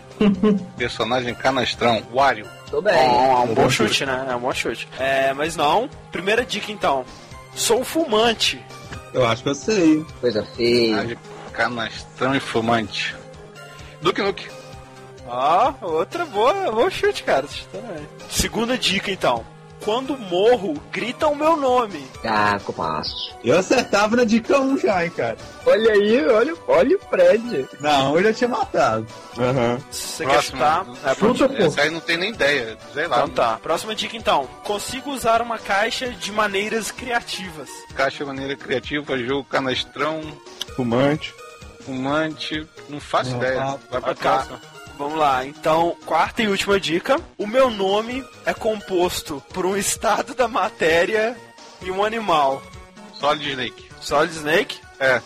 S7: Personagem canastrão. Wario.
S2: Tô bem.
S1: é um bom chute, né? É um bom chute. É, mas não. Primeira dica então. Sou um fumante.
S5: Eu acho que eu sei.
S2: Coisa feia.
S7: Personagem canastrão e fumante. Duke Nuke.
S1: Ó, outra boa, bom chute, cara. Esse chute também. Segunda dica então. Quando morro, gritam meu nome.
S2: Ah, ficou fácil.
S5: Eu acertava na dica 1 já, hein, cara.
S2: Olha aí, olha, olha o Fred.
S5: Não, eu já tinha matado.
S8: Aham.
S1: Se você
S7: Próximo.
S1: quer chutar, é, pode
S6: Chuta, pô.
S7: Essa aí não tem nem ideia. Sei lá.
S1: Então tá. Próxima dica então. Consigo usar uma caixa de maneiras criativas.
S7: Caixa maneira criativa, jogo canastrão,
S8: Fumante.
S7: fumante. Não faço
S5: Não,
S7: ideia.
S5: tá.
S7: Vai pra
S1: Ah, tá.
S7: próxima.
S1: Vamos lá, então, quarta e última dica. O meu nome é composto por um estado da matéria e um animal.
S7: Solid Snake.
S1: Solid Snake? Tá
S7: É.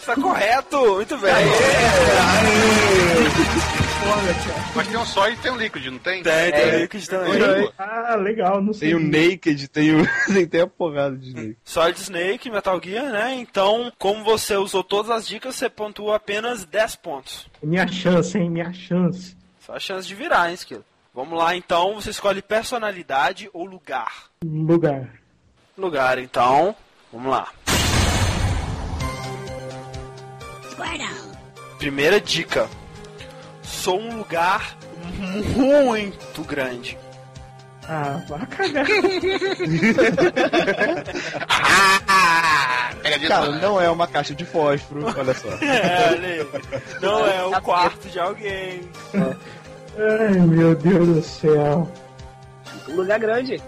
S1: Está correto! Muito bem!
S7: Mas tem um sólido e tem um líquido, não tem?
S1: Tem, tem Liquid também.
S6: Ah, legal, não sei.
S8: Tem o Naked, tem o. tem até a porrada de Naked.
S1: Solid Snake, Metal Gear, né? Então, como você usou todas as dicas, você pontua apenas 10 pontos.
S6: Minha chance, hein? Minha chance.
S1: Só a chance de virar, hein, Esquilo? Vamos lá, então. Você escolhe personalidade ou lugar.
S6: Lugar.
S1: Lugar, então. Vamos lá. Primeira dica. Sou um lugar muito grande.
S6: Ah, vá cagar.
S7: Ah, pegadinha do
S8: Cara,
S7: malandro.
S8: não é uma caixa de fósforo, olha só.
S1: É, olha aí. Não é o quarto de alguém.
S6: Ai, meu Deus do céu.
S2: Um lugar grande.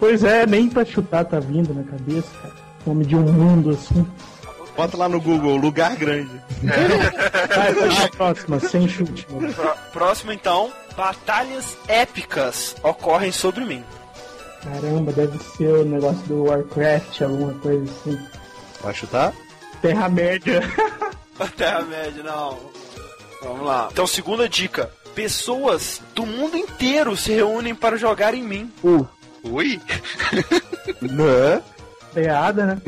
S6: Pois é, nem pra chutar tá vindo na cabeça, cara. Nome de um mundo assim.
S8: Bota lá no Google, lugar grande.
S6: Vai, vai pra próxima, sem chute. mano.
S1: Pró- Próximo, então. Batalhas épicas ocorrem sobre mim.
S6: Caramba, deve ser o negócio do Warcraft, alguma coisa assim.
S8: Vai chutar?
S6: Terra média.
S1: Terra-média, não. Vamos lá. Então, segunda dica. Pessoas do mundo inteiro se reúnem para jogar em mim.
S7: Ui,
S8: Não.
S6: Freada, né?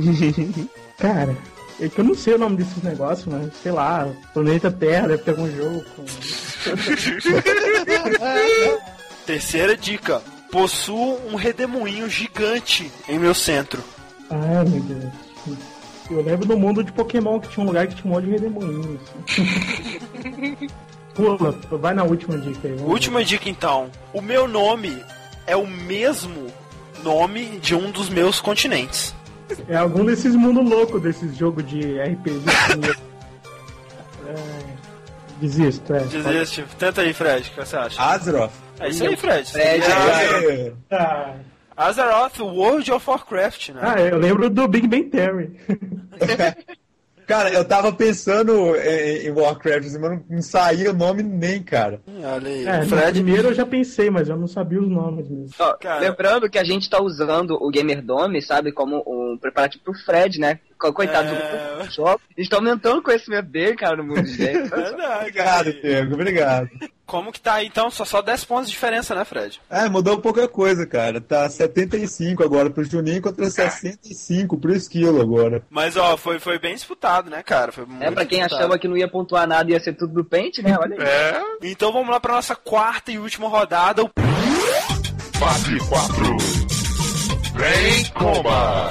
S6: Cara, é que eu não sei o nome desses negócios, mas sei lá, Planeta Terra deve ter algum jogo. com-
S1: Terceira dica. Possuo um redemoinho gigante em meu centro.
S6: Ai, meu Deus. Eu lembro do mundo de Pokémon que tinha um lugar que tinha um monte de redemoinhos. Pula, vai na última dica aí. vamos ver.
S1: Última dica, então. O meu nome é o mesmo nome de um dos meus continentes.
S6: É algum desses mundo louco desses jogo de RPG. assim. é... Desisto, é.
S1: Desiste. Tenta aí, Fred, o que você acha?
S5: Azeroth.
S1: É isso aí, Fred. Ah,
S2: Fred,
S5: É.
S6: Ah,
S1: Azeroth World of Warcraft, né?
S6: ah, eu lembro do Big Bang Theory.
S5: Cara, eu tava pensando em, em Warcraft, mas não, não saía o nome nem, cara.
S1: Olha aí.
S6: É, no
S1: Fred.
S6: primeiro eu já pensei, mas eu não sabia os nomes mesmo.
S2: Ó,
S1: Cara.
S2: lembrando que a gente tá usando o Gamerdome, sabe, como um preparativo pro Fred, né? Co- Coitado do
S1: É...
S2: Photoshop. A gente tá aumentando o conhecimento dele, cara, no mundo dele.
S1: Verdade,
S5: Obrigado,
S1: cara.
S5: Diego, obrigado.
S1: Como que tá aí, então? Só, só 10 pontos de diferença, né, Fred?
S5: É, mudou pouca coisa, cara. Tá 75 agora pro Juninho contra 65 pro Esquilo agora.
S1: Mas, ó, foi, foi bem disputado, né, cara? Foi muito
S2: É, pra quem
S1: disputado.
S2: achava que não ia pontuar nada ia ser tudo do pente, né? Olha aí.
S1: Então vamos lá pra nossa quarta e última rodada. O
S7: fase 4. Vem comba.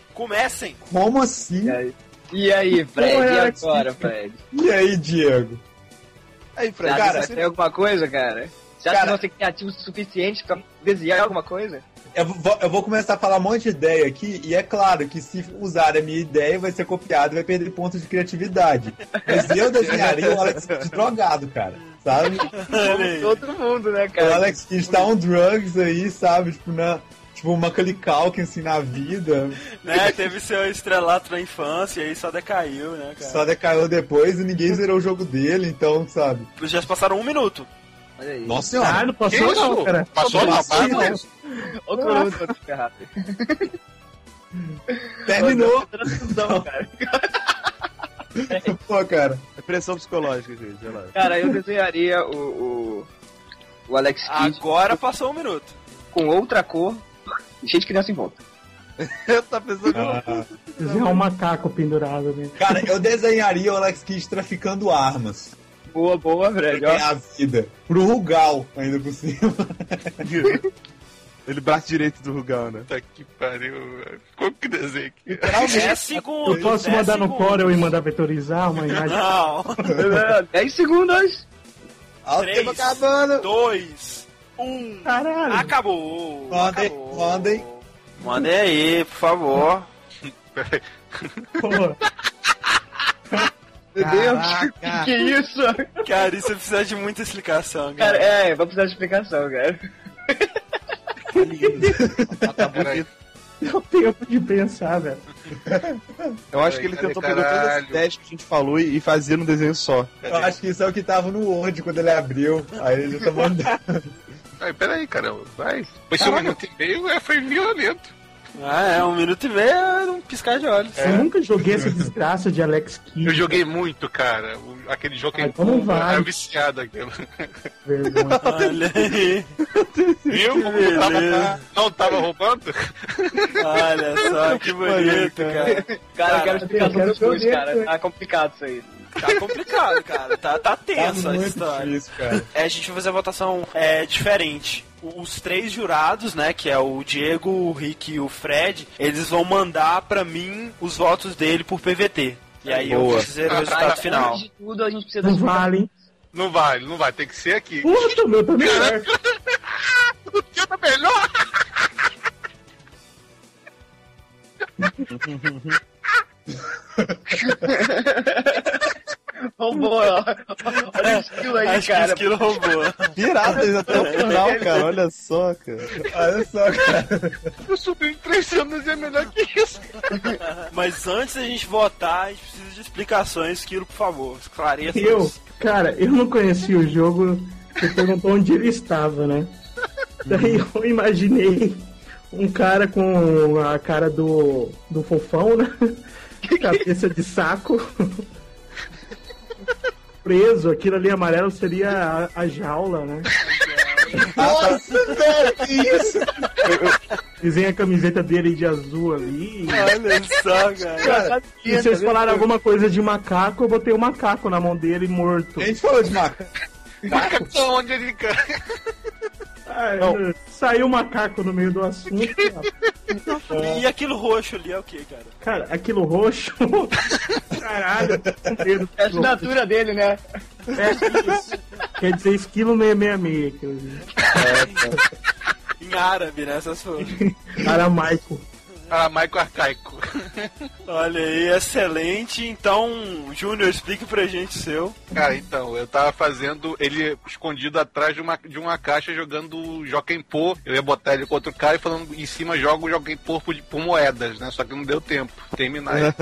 S1: Comecem!
S5: Como assim?
S2: É. E aí, Fred?
S5: Porra,
S2: e
S5: Alex,
S2: agora, Fred?
S5: E aí, Diego?
S8: Aí, Fred,
S2: Já
S8: cara,
S2: cara,
S8: você-
S2: tem alguma coisa, cara? Você acha
S5: Cara-
S2: que você é criativo o suficiente pra desenhar alguma coisa?
S5: Eu vou, eu vou começar a falar um monte de ideia aqui, e é claro que se usar a minha ideia vai ser copiado e vai perder pontos de criatividade. Mas eu desenharia o Alex Kidd drogado, cara, sabe?
S2: Todo mundo, né,
S5: O
S2: cara?
S5: Alex Kidd tá on drugs aí, sabe? Tipo, na, tipo uma Culkin, assim, na vida.
S1: né? Teve seu estrelato na infância e aí só decaiu, né, cara?
S5: Só decaiu depois e ninguém zerou o jogo dele, então, sabe?
S1: Já se passaram um minuto.
S2: Olha aí.
S5: Nossa
S6: Ah,
S5: senhora!
S6: não
S7: Que
S6: passou não,
S7: isso?
S6: cara.
S7: Passou na
S5: Passou,
S7: barra?
S5: não.
S2: Outro mundo, outro ferrado.
S5: Terminou!
S2: Transfusão, cara.
S5: Pô, cara.
S8: é pressão psicológica, gente. Olha lá.
S2: Cara, eu desenharia o, o, o Alex
S9: Ah.
S2: Kidd
S1: Agora passou um minuto.
S2: com outra cor, cheio de criança em volta.
S8: tá pensando
S5: Ah.
S6: Desenhar um macaco pendurado, né?
S5: Cara, eu desenharia o Alex Kidd traficando armas.
S2: Boa, boa, Fred.
S5: É a vida. Pro Rugal, ainda por cima.
S8: Ele braço direito do Rugal, né?
S7: Puta que pariu, velho. Como que desenho aqui?
S1: É segundo.
S6: Eu posso mandar no Corel e mandar vetorizar uma imagem.
S1: Não.
S9: tá
S2: 10 segundos.
S5: Ó, o
S1: Três.
S5: tempo acabando!
S1: Dois. Um.
S6: Caralho!
S7: Ah,
S1: Acabou.
S5: Mandem,
S1: Acabou.
S5: mandem.
S1: Mandem aí, por favor.
S6: Pô.
S9: Meu Deus, que, que é isso?
S1: Ah. Cara, isso precisa de muita explicação,
S9: Cara,
S1: cara.
S9: é, vai precisar de explicação, cara.
S6: Deu tempo de pensar, velho.
S8: Eu acho que ele
S7: Caralho.
S8: tentou pegar todas as ideias que a gente falou e e fazer num desenho só.
S5: Eu acho que isso é o que tava no Word quando ele abriu. Aí ele tá mandando.
S7: Ai, peraí, cara, vai. Foi só um minuto e meio, é, foi violento.
S1: Ah, é, um minuto e meio é um piscar de olhos.
S6: Eu nunca joguei essa desgraça de Alex Kidd.
S7: É. Eu joguei muito, cara. O- Aquele jogo que
S6: Ah, então não vai.
S7: era viciado aquilo.
S6: Vergonha.
S1: Olha aí,
S7: Viu? Como eu tava,
S1: beleza.
S7: não tava roubando?
S1: olha só, que bonito, cara.
S9: Cara, eu quero
S6: eu
S9: explicação
S6: quero
S9: dos dois,
S6: ver,
S9: cara.
S6: cara.
S9: Tá complicado isso aí.
S1: Tá complicado, cara. Tá, tá tensa a história.
S5: difícil, cara.
S1: É, a gente vai fazer a votação é, diferente. O- Os três jurados, né, que é o Diego, o Rick e o Fred, eles vão mandar pra mim os votos dele por PVT. E aí eu
S8: Boa.
S1: vou dizer o resultado É, final.
S2: Antes de um tudo, a gente precisa
S6: Não
S2: das
S6: vale, hein?
S7: Não vale, não vai, tem que ser aqui.
S6: Puta, meu, tá melhor.
S7: O teu tá melhor!
S9: Roubou, ó. Olha o estilo aí,
S1: Acho
S9: cara.
S1: que o esquilo roubou.
S8: Viradas até o final, cara. Olha só, cara.
S5: Olha só, cara.
S7: Eu subi em três anos e é melhor que isso.
S1: Mas antes da gente votar, a gente precisa de explicações, esquilo, por favor. Esclareça.
S6: Eu, cara, eu não conhecia o jogo. Você perguntou onde ele estava, né? Daí eu imaginei um cara com a cara do, do fofão, né? Cabeça de saco. Preso, aquilo ali amarelo seria a, a jaula, né?
S5: Nossa, velho, que isso?
S6: Desenha a camiseta dele de azul ali.
S1: Olha só, cara.
S5: Cara,
S6: E vocês falaram alguma coisa de macaco, eu botei o macaco na mão dele morto.
S5: a gente falou de macaco.
S7: Marca pra onde ele cai.
S6: Ah, Saiu macaco no meio do assunto.
S1: E aquilo roxo ali é o que, cara?
S6: Cara, aquilo roxo. Caralho, com medo.
S9: É a assinatura dele, né?
S6: É isso. Quer dizer, esquilo 666, aquilo ali.
S1: Em árabe, né? Essas coisas.
S6: Aramaico.
S7: Ah, Michael Arcaico.
S1: Olha aí, excelente. Então, Júnior, explique pra gente o seu.
S7: Cara, então, eu tava fazendo ele escondido atrás de uma, de uma caixa jogando Jokenpô. Eu ia botar ele com outro cara e falando em cima joga o Jokenpô por, por moedas, né? Só que não deu tempo. Terminar.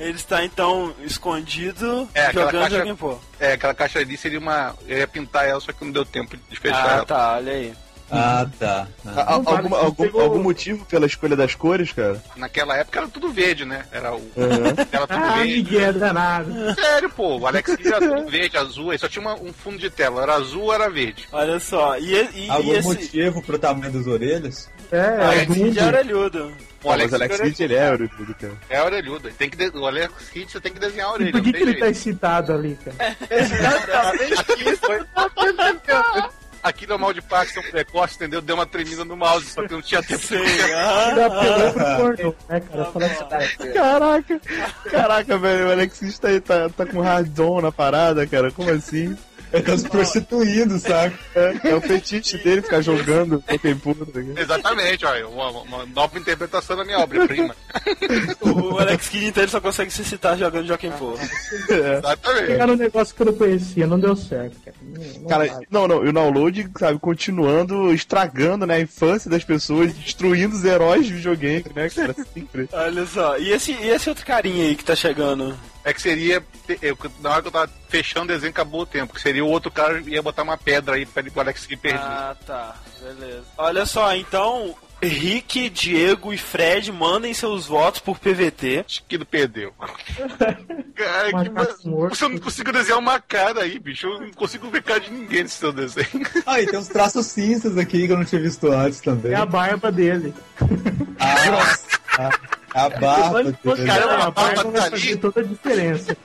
S1: Ele está então escondido
S7: É, aquela
S1: jogando
S7: caixa-
S1: alguém pô.
S7: é, aquela caixa ali seria uma. Eu ia pintar ela, só que não deu tempo de fechar
S1: Ah,
S7: ela.
S1: tá, olha aí.
S5: Ah, tá.
S8: A-
S6: vale,
S8: alguma-
S6: você
S8: algum,
S6: pegou-
S8: algum motivo pela escolha das cores, cara?
S7: Naquela época era tudo verde, né? Era o. Era tudo
S6: Ah,
S7: verde.
S6: Miguel danado.
S7: Sério, pô. O Alex Kidd era tudo verde, azul. Aí só tinha uma- um fundo de tela. Era azul, era verde.
S1: Olha só. E, e, e
S5: Algum
S1: esse.
S5: motivo pro tamanho das orelhas?
S6: É,
S7: Ah,
S6: é
S7: esse
S1: Esse
S6: Dumbo.
S1: já era olhudo.
S7: O
S8: Mas
S7: Alex,
S8: Alex
S7: Kidd
S8: Kidd, ele é orelhudo, cara.
S7: é orelhudo. Ele Tem que de- O Alex Kidd você tem que desenhar a orelha.
S6: E por que,
S7: não
S6: que
S7: tem
S6: ele tá
S7: jeito.
S6: excitado ali, cara?
S7: Aqui no mal de Parkinson precoce, entendeu? Deu uma tremida no mouse, só que não tinha tempo.
S1: Sim, ah,
S6: Ele apelou pro pornô, né, cara? Fala assim,
S8: Caraca, caraca, velho, o Alexis tá, tá, tá com radon na parada, cara, como assim?
S5: Ele tá se prostituindo, saca?
S8: É, é o fetiche dele ficar jogando Pokémon. tá
S7: Exatamente, olha, uma, uma nova interpretação da minha obra-prima.
S1: o Alex Kidd então ele só consegue se citar jogando Joaquim Pô.
S7: Exatamente.
S6: pegaram um negócio que eu não conhecia, não deu certo, cara. Não- não
S8: Cara,
S6: vale.
S8: não, não, e o download, sabe, continuando, estragando, né, a infância das pessoas, destruindo os heróis de videogame, né, cara, sempre.
S1: Olha só. E esse, e esse outro carinha aí que tá chegando?
S7: É que seria. eu- na hora que eu tava fechando o desenho, acabou o tempo. Que seria o outro cara ia botar uma pedra aí pra ele pro Alex Kidd perder.
S1: Ah, tá. Beleza. Olha só, então. Rick, Diego e Fred mandem seus votos por PVT.
S7: Acho que ele perdeu. Cara, que
S6: Macaco
S7: ma-
S6: morto.
S7: Você não consigo desenhar uma cara aí, bicho. Eu não consigo ver cara de ninguém nesse seu desenho.
S5: Ah, e tem uns traços cinzas aqui que eu não tinha visto antes também.
S6: É a barba dele.
S5: Ah, a, a barba. dele.
S7: Cara, uma
S6: a barba
S7: barba
S6: vai
S7: tá ali.
S6: fazer toda a diferença.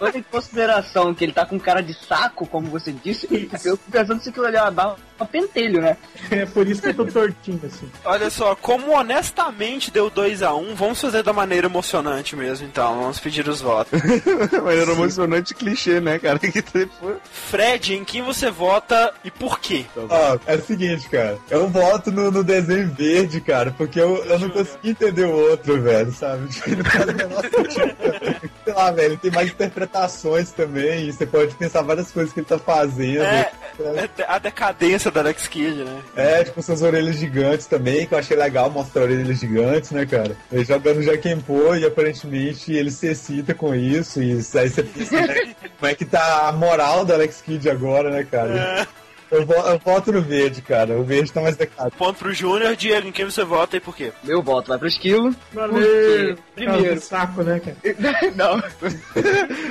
S2: Levando em consideração que ele tá com cara de saco, como você disse, eu fico pensando se aquilo ali é uma barra um pentelho, né?
S6: É por isso que eu tô tortinho, assim.
S1: Olha só, como honestamente deu 2 a 1 vamos fazer da maneira emocionante mesmo, então. Vamos pedir os votos.
S8: Mas era um emocionante clichê, né, cara, que depois...
S1: Fred, em quem você vota e por quê?
S5: Ó, é o seguinte, cara. Eu voto no, no desenho verde, cara, porque eu, eu não consegui entender o outro, velho, sabe? Tipo, ele faz o menor sentido. sei lá, velho, tem mais interpretações também. Você pode pensar várias coisas que ele tá fazendo.
S1: É,
S5: É,
S1: é a decadência da Alex Kidd, né?
S5: tipo suas orelhas gigantes também, que eu achei legal mostrar orelhas gigantes, né, cara? Ele jogando Jaquempô e aparentemente ele se excita com isso. E isso aí você pensa, né, como é que tá a moral do Alex Kidd agora, né, cara? Eu, vo- eu voto no verde, cara. O verde tá mais decadente.
S1: Ponto pro Júnior, Diego, em quem você vota e por quê?
S2: Meu voto vai pro esquilo.
S6: Valeu!
S2: Primeiro.
S6: Primeiro. Saco, né, cara?
S9: Não.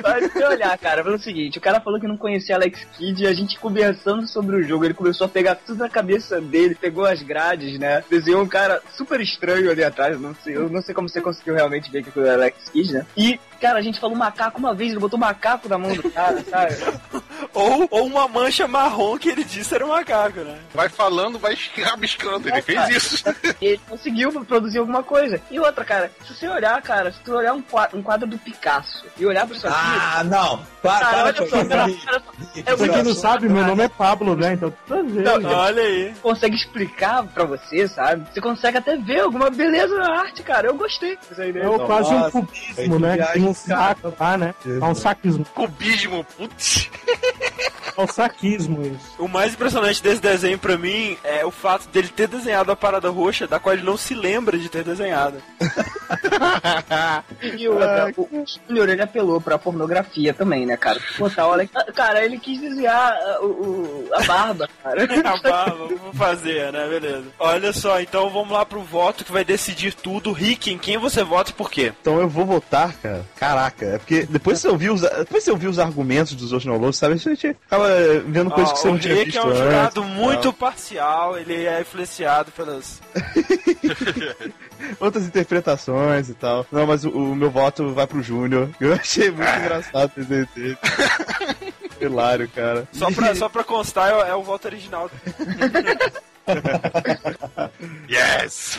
S2: Mas se eu olhar, cara, pelo seguinte, o cara falou que não conhecia Alex Kidd e a gente conversando sobre o jogo, ele começou a pegar tudo na cabeça dele, pegou as grades, né? Desenhou um cara super estranho ali atrás, não sei, eu não sei como você conseguiu realmente ver que aquilo era Alex Kidd, né? E, cara, a gente falou macaco uma vez, ele botou macaco na mão do cara, sabe?
S1: Ou, ou uma mancha marrom que ele disse era um macaco, né?
S7: Vai falando, vai rabiscando. Ele fez isso.
S2: E ele conseguiu produzir alguma coisa. E outra, cara, se você olhar, cara, se tu olhar um quadro, um quadro do Picasso e olhar pra sua vida,
S5: Ah, não! Para,
S2: cara,
S5: para
S2: olha
S5: com
S2: só, cara,
S5: isso.
S2: cara, é
S6: Você que
S2: muito
S6: não sabe, meu nome é Pablo, né? Então tudo a ver.
S2: Não,
S1: Olha aí.
S2: consegue explicar pra você, sabe? Você consegue até ver alguma beleza na arte, cara. Eu gostei. dessa ideia.
S6: É o quase um
S5: Nossa,
S6: cubismo, né? Que Tem um saco lá, né? É um saquismo.
S7: Cubismo, putz.
S6: É um saquismo isso.
S1: O mais impressionante desse desenho pra mim é o fato dele ter desenhado a parada roxa, da qual ele não se lembra de ter desenhado.
S2: E outra, o Júnior, ele apelou pra pornografia também, né, cara? Botar, olha, cara, ele quis desviar ah, o, o- a barba, cara.
S1: Acabar, vamos fazer, né? Beleza. Olha só, então vamos lá pro voto que vai decidir tudo. Rick, em quem você vota e por quê?
S8: Então eu vou votar, cara. Caraca, é porque depois que você ouviu os, depois que você ouviu os argumentos dos outros no sabe? A gente acaba vendo coisas
S1: Ó,
S7: Ah,
S8: que você
S1: o
S8: não tinha
S1: Rick
S8: visto
S1: é um
S8: antes.
S1: jurado muito parcial, ele é influenciado pelas.
S8: outras interpretações e tal. Não, mas o, o meu voto vai pro Júnior. Eu achei muito
S5: É.
S8: engraçado esse desenho. Hilário, cara.
S1: Só pra, só pra constar, é o- é o voto original.
S7: Yes!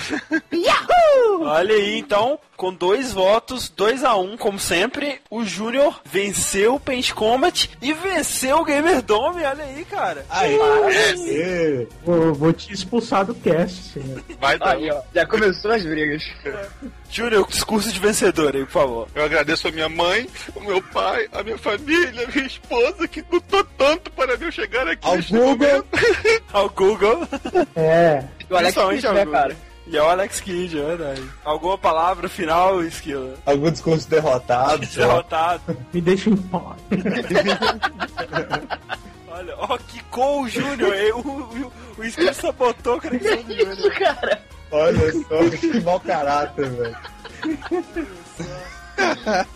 S1: Olha aí, então, com dois votos, 2 a 1 um, como sempre, o Júnior venceu o Paint Combat e venceu o Gamer Dome, olha aí, cara.
S5: Aí,
S6: Vou, vou te expulsar do cast, senhor.
S7: Vai dar.
S2: Aí, ó, já começou as brigas.
S1: Júnior, discurso de vencedor aí, por favor.
S7: Eu agradeço a minha mãe, o meu pai, a minha família, a minha esposa que lutou tanto para eu chegar aqui.
S5: ao
S7: neste
S5: Google,
S7: momento.
S1: Ao Google
S6: É.
S2: O Alex
S1: Principalmente
S2: Kidd,
S1: ao
S2: né,
S1: Google.
S2: cara?
S1: e ao Alex Kidd, é verdade. Alguma palavra final, Esquilo?
S5: algum discurso derrotado. sei lá.
S1: Derrotado.
S6: Me deixa em paz.
S1: Olha, ó, quicou o Júnior. hein? O, o, o Esquilo sabotou a conexão do
S2: Isso,
S1: Júnior.
S2: cara.
S5: Olha só, que mau caráter, velho.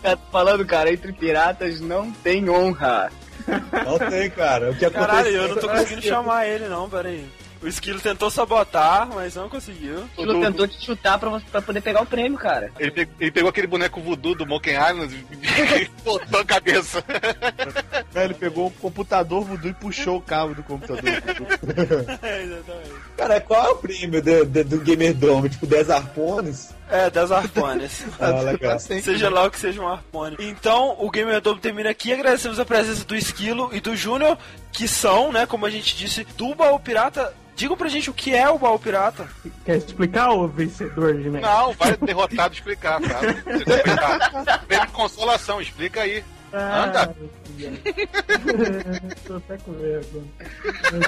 S2: Tá falando, cara, entre piratas não tem honra.
S5: Não tem, cara. O que aconteceu?
S1: Caralho, eu não tô
S2: é
S1: conseguindo chamar ele, não, peraí. O Esquilo tentou sabotar, mas não conseguiu.
S2: O Chilo tentou te chutar pra, você- pra poder pegar o prêmio, cara.
S7: Ele, pe- ele pegou aquele boneco voodoo do Monkey Island e botou a cabeça.
S8: É, Ele pegou o computador voodoo e puxou o cabo do computador. voodoo.
S1: É, exatamente.
S5: Cara, qual é o prêmio do, do, do Gamer Dome? Tipo, 10 arpones?
S1: É, das arpones.
S5: Ah, legal.
S1: Seja lá o que seja um arpone. Então, o Gamer Dome termina aqui. Agradecemos a presença do Esquilo e do Júnior, que são, né, como a gente disse, do Baú Pirata. Digam pra gente o que é o Baú Pirata.
S6: Quer explicar o vencedor de merda?
S7: Não, vai derrotado explicar, tá? cara. Explicar. Prêmio de consolação, explica aí. Anda.
S6: Tô até com vergonha.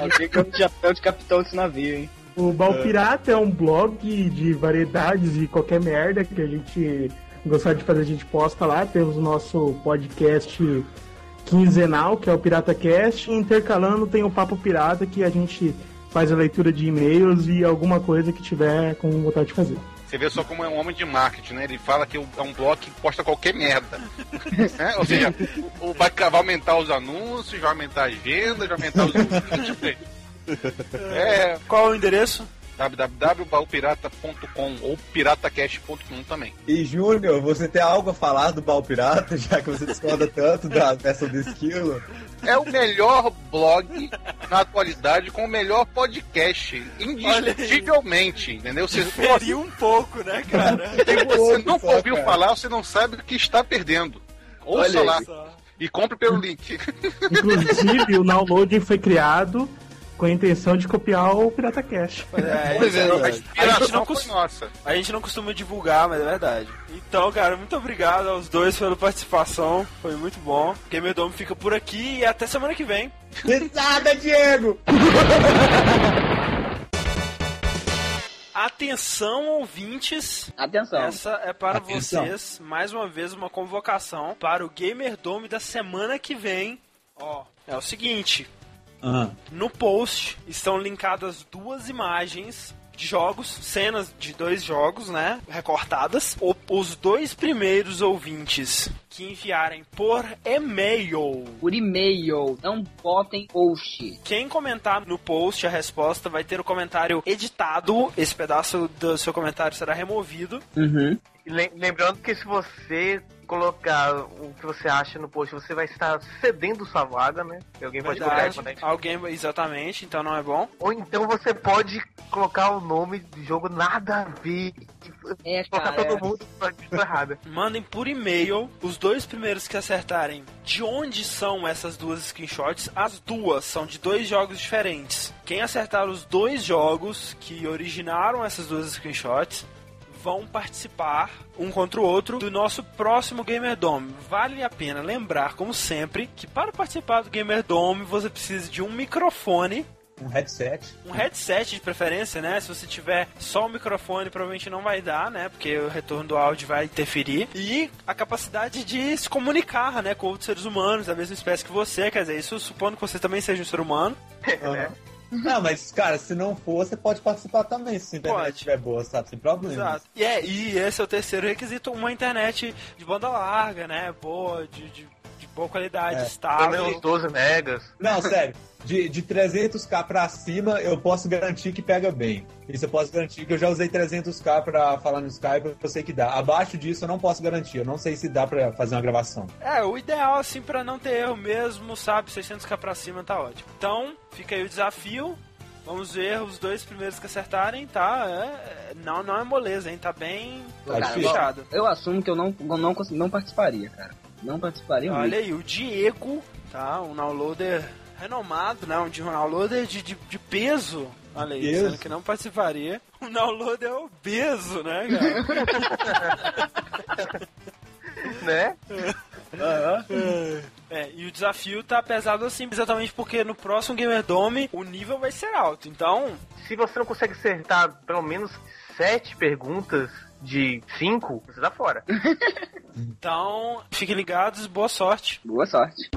S2: Alguém que eu já é de capitão desse navio, hein?
S6: O Balpirata é um blog de variedades e qualquer merda que a gente gostar de fazer, a gente posta lá. Temos o nosso podcast quinzenal, que é o PirataCast. E intercalando tem o Papo Pirata, que a gente faz a leitura de e-mails e alguma coisa que tiver com vontade de fazer.
S7: Você vê só como é um homem de marketing, né? Ele fala que é um blog que posta qualquer merda. Né? Ou seja, o, o- vai, ca- vai aumentar os anúncios, vai aumentar as vendas, vai aumentar os. é,
S1: Qual é o endereço?
S7: www.baupirata.com ou piratacast.com também.
S5: E, Júnior, você tem algo a falar do Bal Pirata, já que você discorda tanto da peça do esquilo?
S7: É o melhor blog na atualidade com o melhor podcast, indiscutivelmente, entendeu? Você,
S1: Feriu um pouco, né, cara?
S7: se você não
S5: Só,
S7: ouviu
S5: cara.
S7: falar, você não sabe o que está perdendo. Ouça lá e compre pelo link.
S6: Inclusive, o download foi criado com a intenção de copiar o Pirata Cash.
S1: É,
S7: Pois é, a
S1: A gente não
S7: inspiração foi
S1: costuma-
S7: nossa.
S1: A gente não costuma divulgar, mas é verdade. Então, cara, muito obrigado aos dois pela participação. Foi muito bom. Gamer Dome fica por aqui e até semana que vem.
S5: Risada, Diego!
S1: Atenção, ouvintes.
S2: Atenção.
S1: Essa é para
S5: Atenção.
S1: vocês, mais uma vez, uma convocação para o Gamer Dome da semana que vem. Ó, é o seguinte.
S5: Ah,
S1: No post estão linkadas duas imagens de jogos, cenas de dois jogos, né? Recortadas. O- os dois primeiros ouvintes que enviarem por e-mail.
S2: Por e-mail, não botem post.
S1: Quem comentar no post a resposta vai ter o comentário editado. Esse pedaço do seu comentário será removido.
S2: Uhum.
S4: E lem- Lembrando que se você colocar o que você acha no post, você vai estar cedendo sua vaga, né? E Alguém pode colocar
S1: Verdade.
S4: isso, né?
S1: Alguém vai- exatamente, então não é bom.
S4: Ou então você pode colocar o nome do jogo nada a ver. e
S2: É,
S4: Colocar
S2: cara.
S4: todo mundo pra pra errada.
S1: Mandem por e-mail os dois primeiros que acertarem de onde são essas duas screenshots. As duas são de dois jogos diferentes. Quem acertar os dois jogos que originaram essas duas screenshots vão participar um contra o outro do nosso próximo Gamer Dome. Vale a pena lembrar, como sempre, que para participar do Gamer Dome você precisa de um microfone
S5: um headset.
S1: um headset de preferência, né? Se você tiver só o microfone, provavelmente não vai dar, né? Porque o retorno do áudio vai interferir. E a capacidade de se comunicar, né? Com outros seres humanos, da mesma espécie que você. Quer dizer, isso supondo que você também seja um ser humano. né?
S5: Aham. Não, mas, cara, se não for, você pode participar também, se a internet
S1: Pode.
S5: estiver boa, sabe? Sem problema.
S1: Exato. E, é, e esse é o terceiro requisito: uma internet de banda larga, né? Boa, de, de, de boa qualidade,
S5: É.
S2: Ah,
S4: Pelo
S1: estável.
S4: menos 12 megas.
S5: Não, sério. De, de 300k pra cima, eu posso garantir que pega bem. Isso eu posso garantir, que eu já usei 300k pra falar no Skype, eu sei que dá. Abaixo disso, eu não posso garantir. Eu não sei se dá pra fazer uma gravação.
S1: É, o ideal, assim, pra não ter erro mesmo, sabe? 600k pra cima tá ótimo. Então, fica aí o desafio. Vamos ver os dois primeiros que acertarem, tá? É, é, não, não é moleza, hein? Tá bem,
S5: Tá
S1: tá
S5: difícil.
S1: fechado.
S2: Eu assumo que eu não, eu não, consegui- não participaria, cara. Não participaria
S1: Olha
S2: mesmo.
S1: aí, o Diego, tá? Um downloader renomado, né? Um de- um downloader de, de, de peso. Olha aí,
S5: Peso.
S1: sendo que não participaria. Um downloader obeso, né, cara?
S4: Né?
S1: É, e o desafio tá pesado assim, exatamente porque no próximo Gamer Dome o nível vai ser alto. Então,
S4: Se você não consegue acertar pelo menos 7 perguntas de 5, você tá fora.
S1: Então, fiquem ligados, boa sorte.
S2: Boa sorte.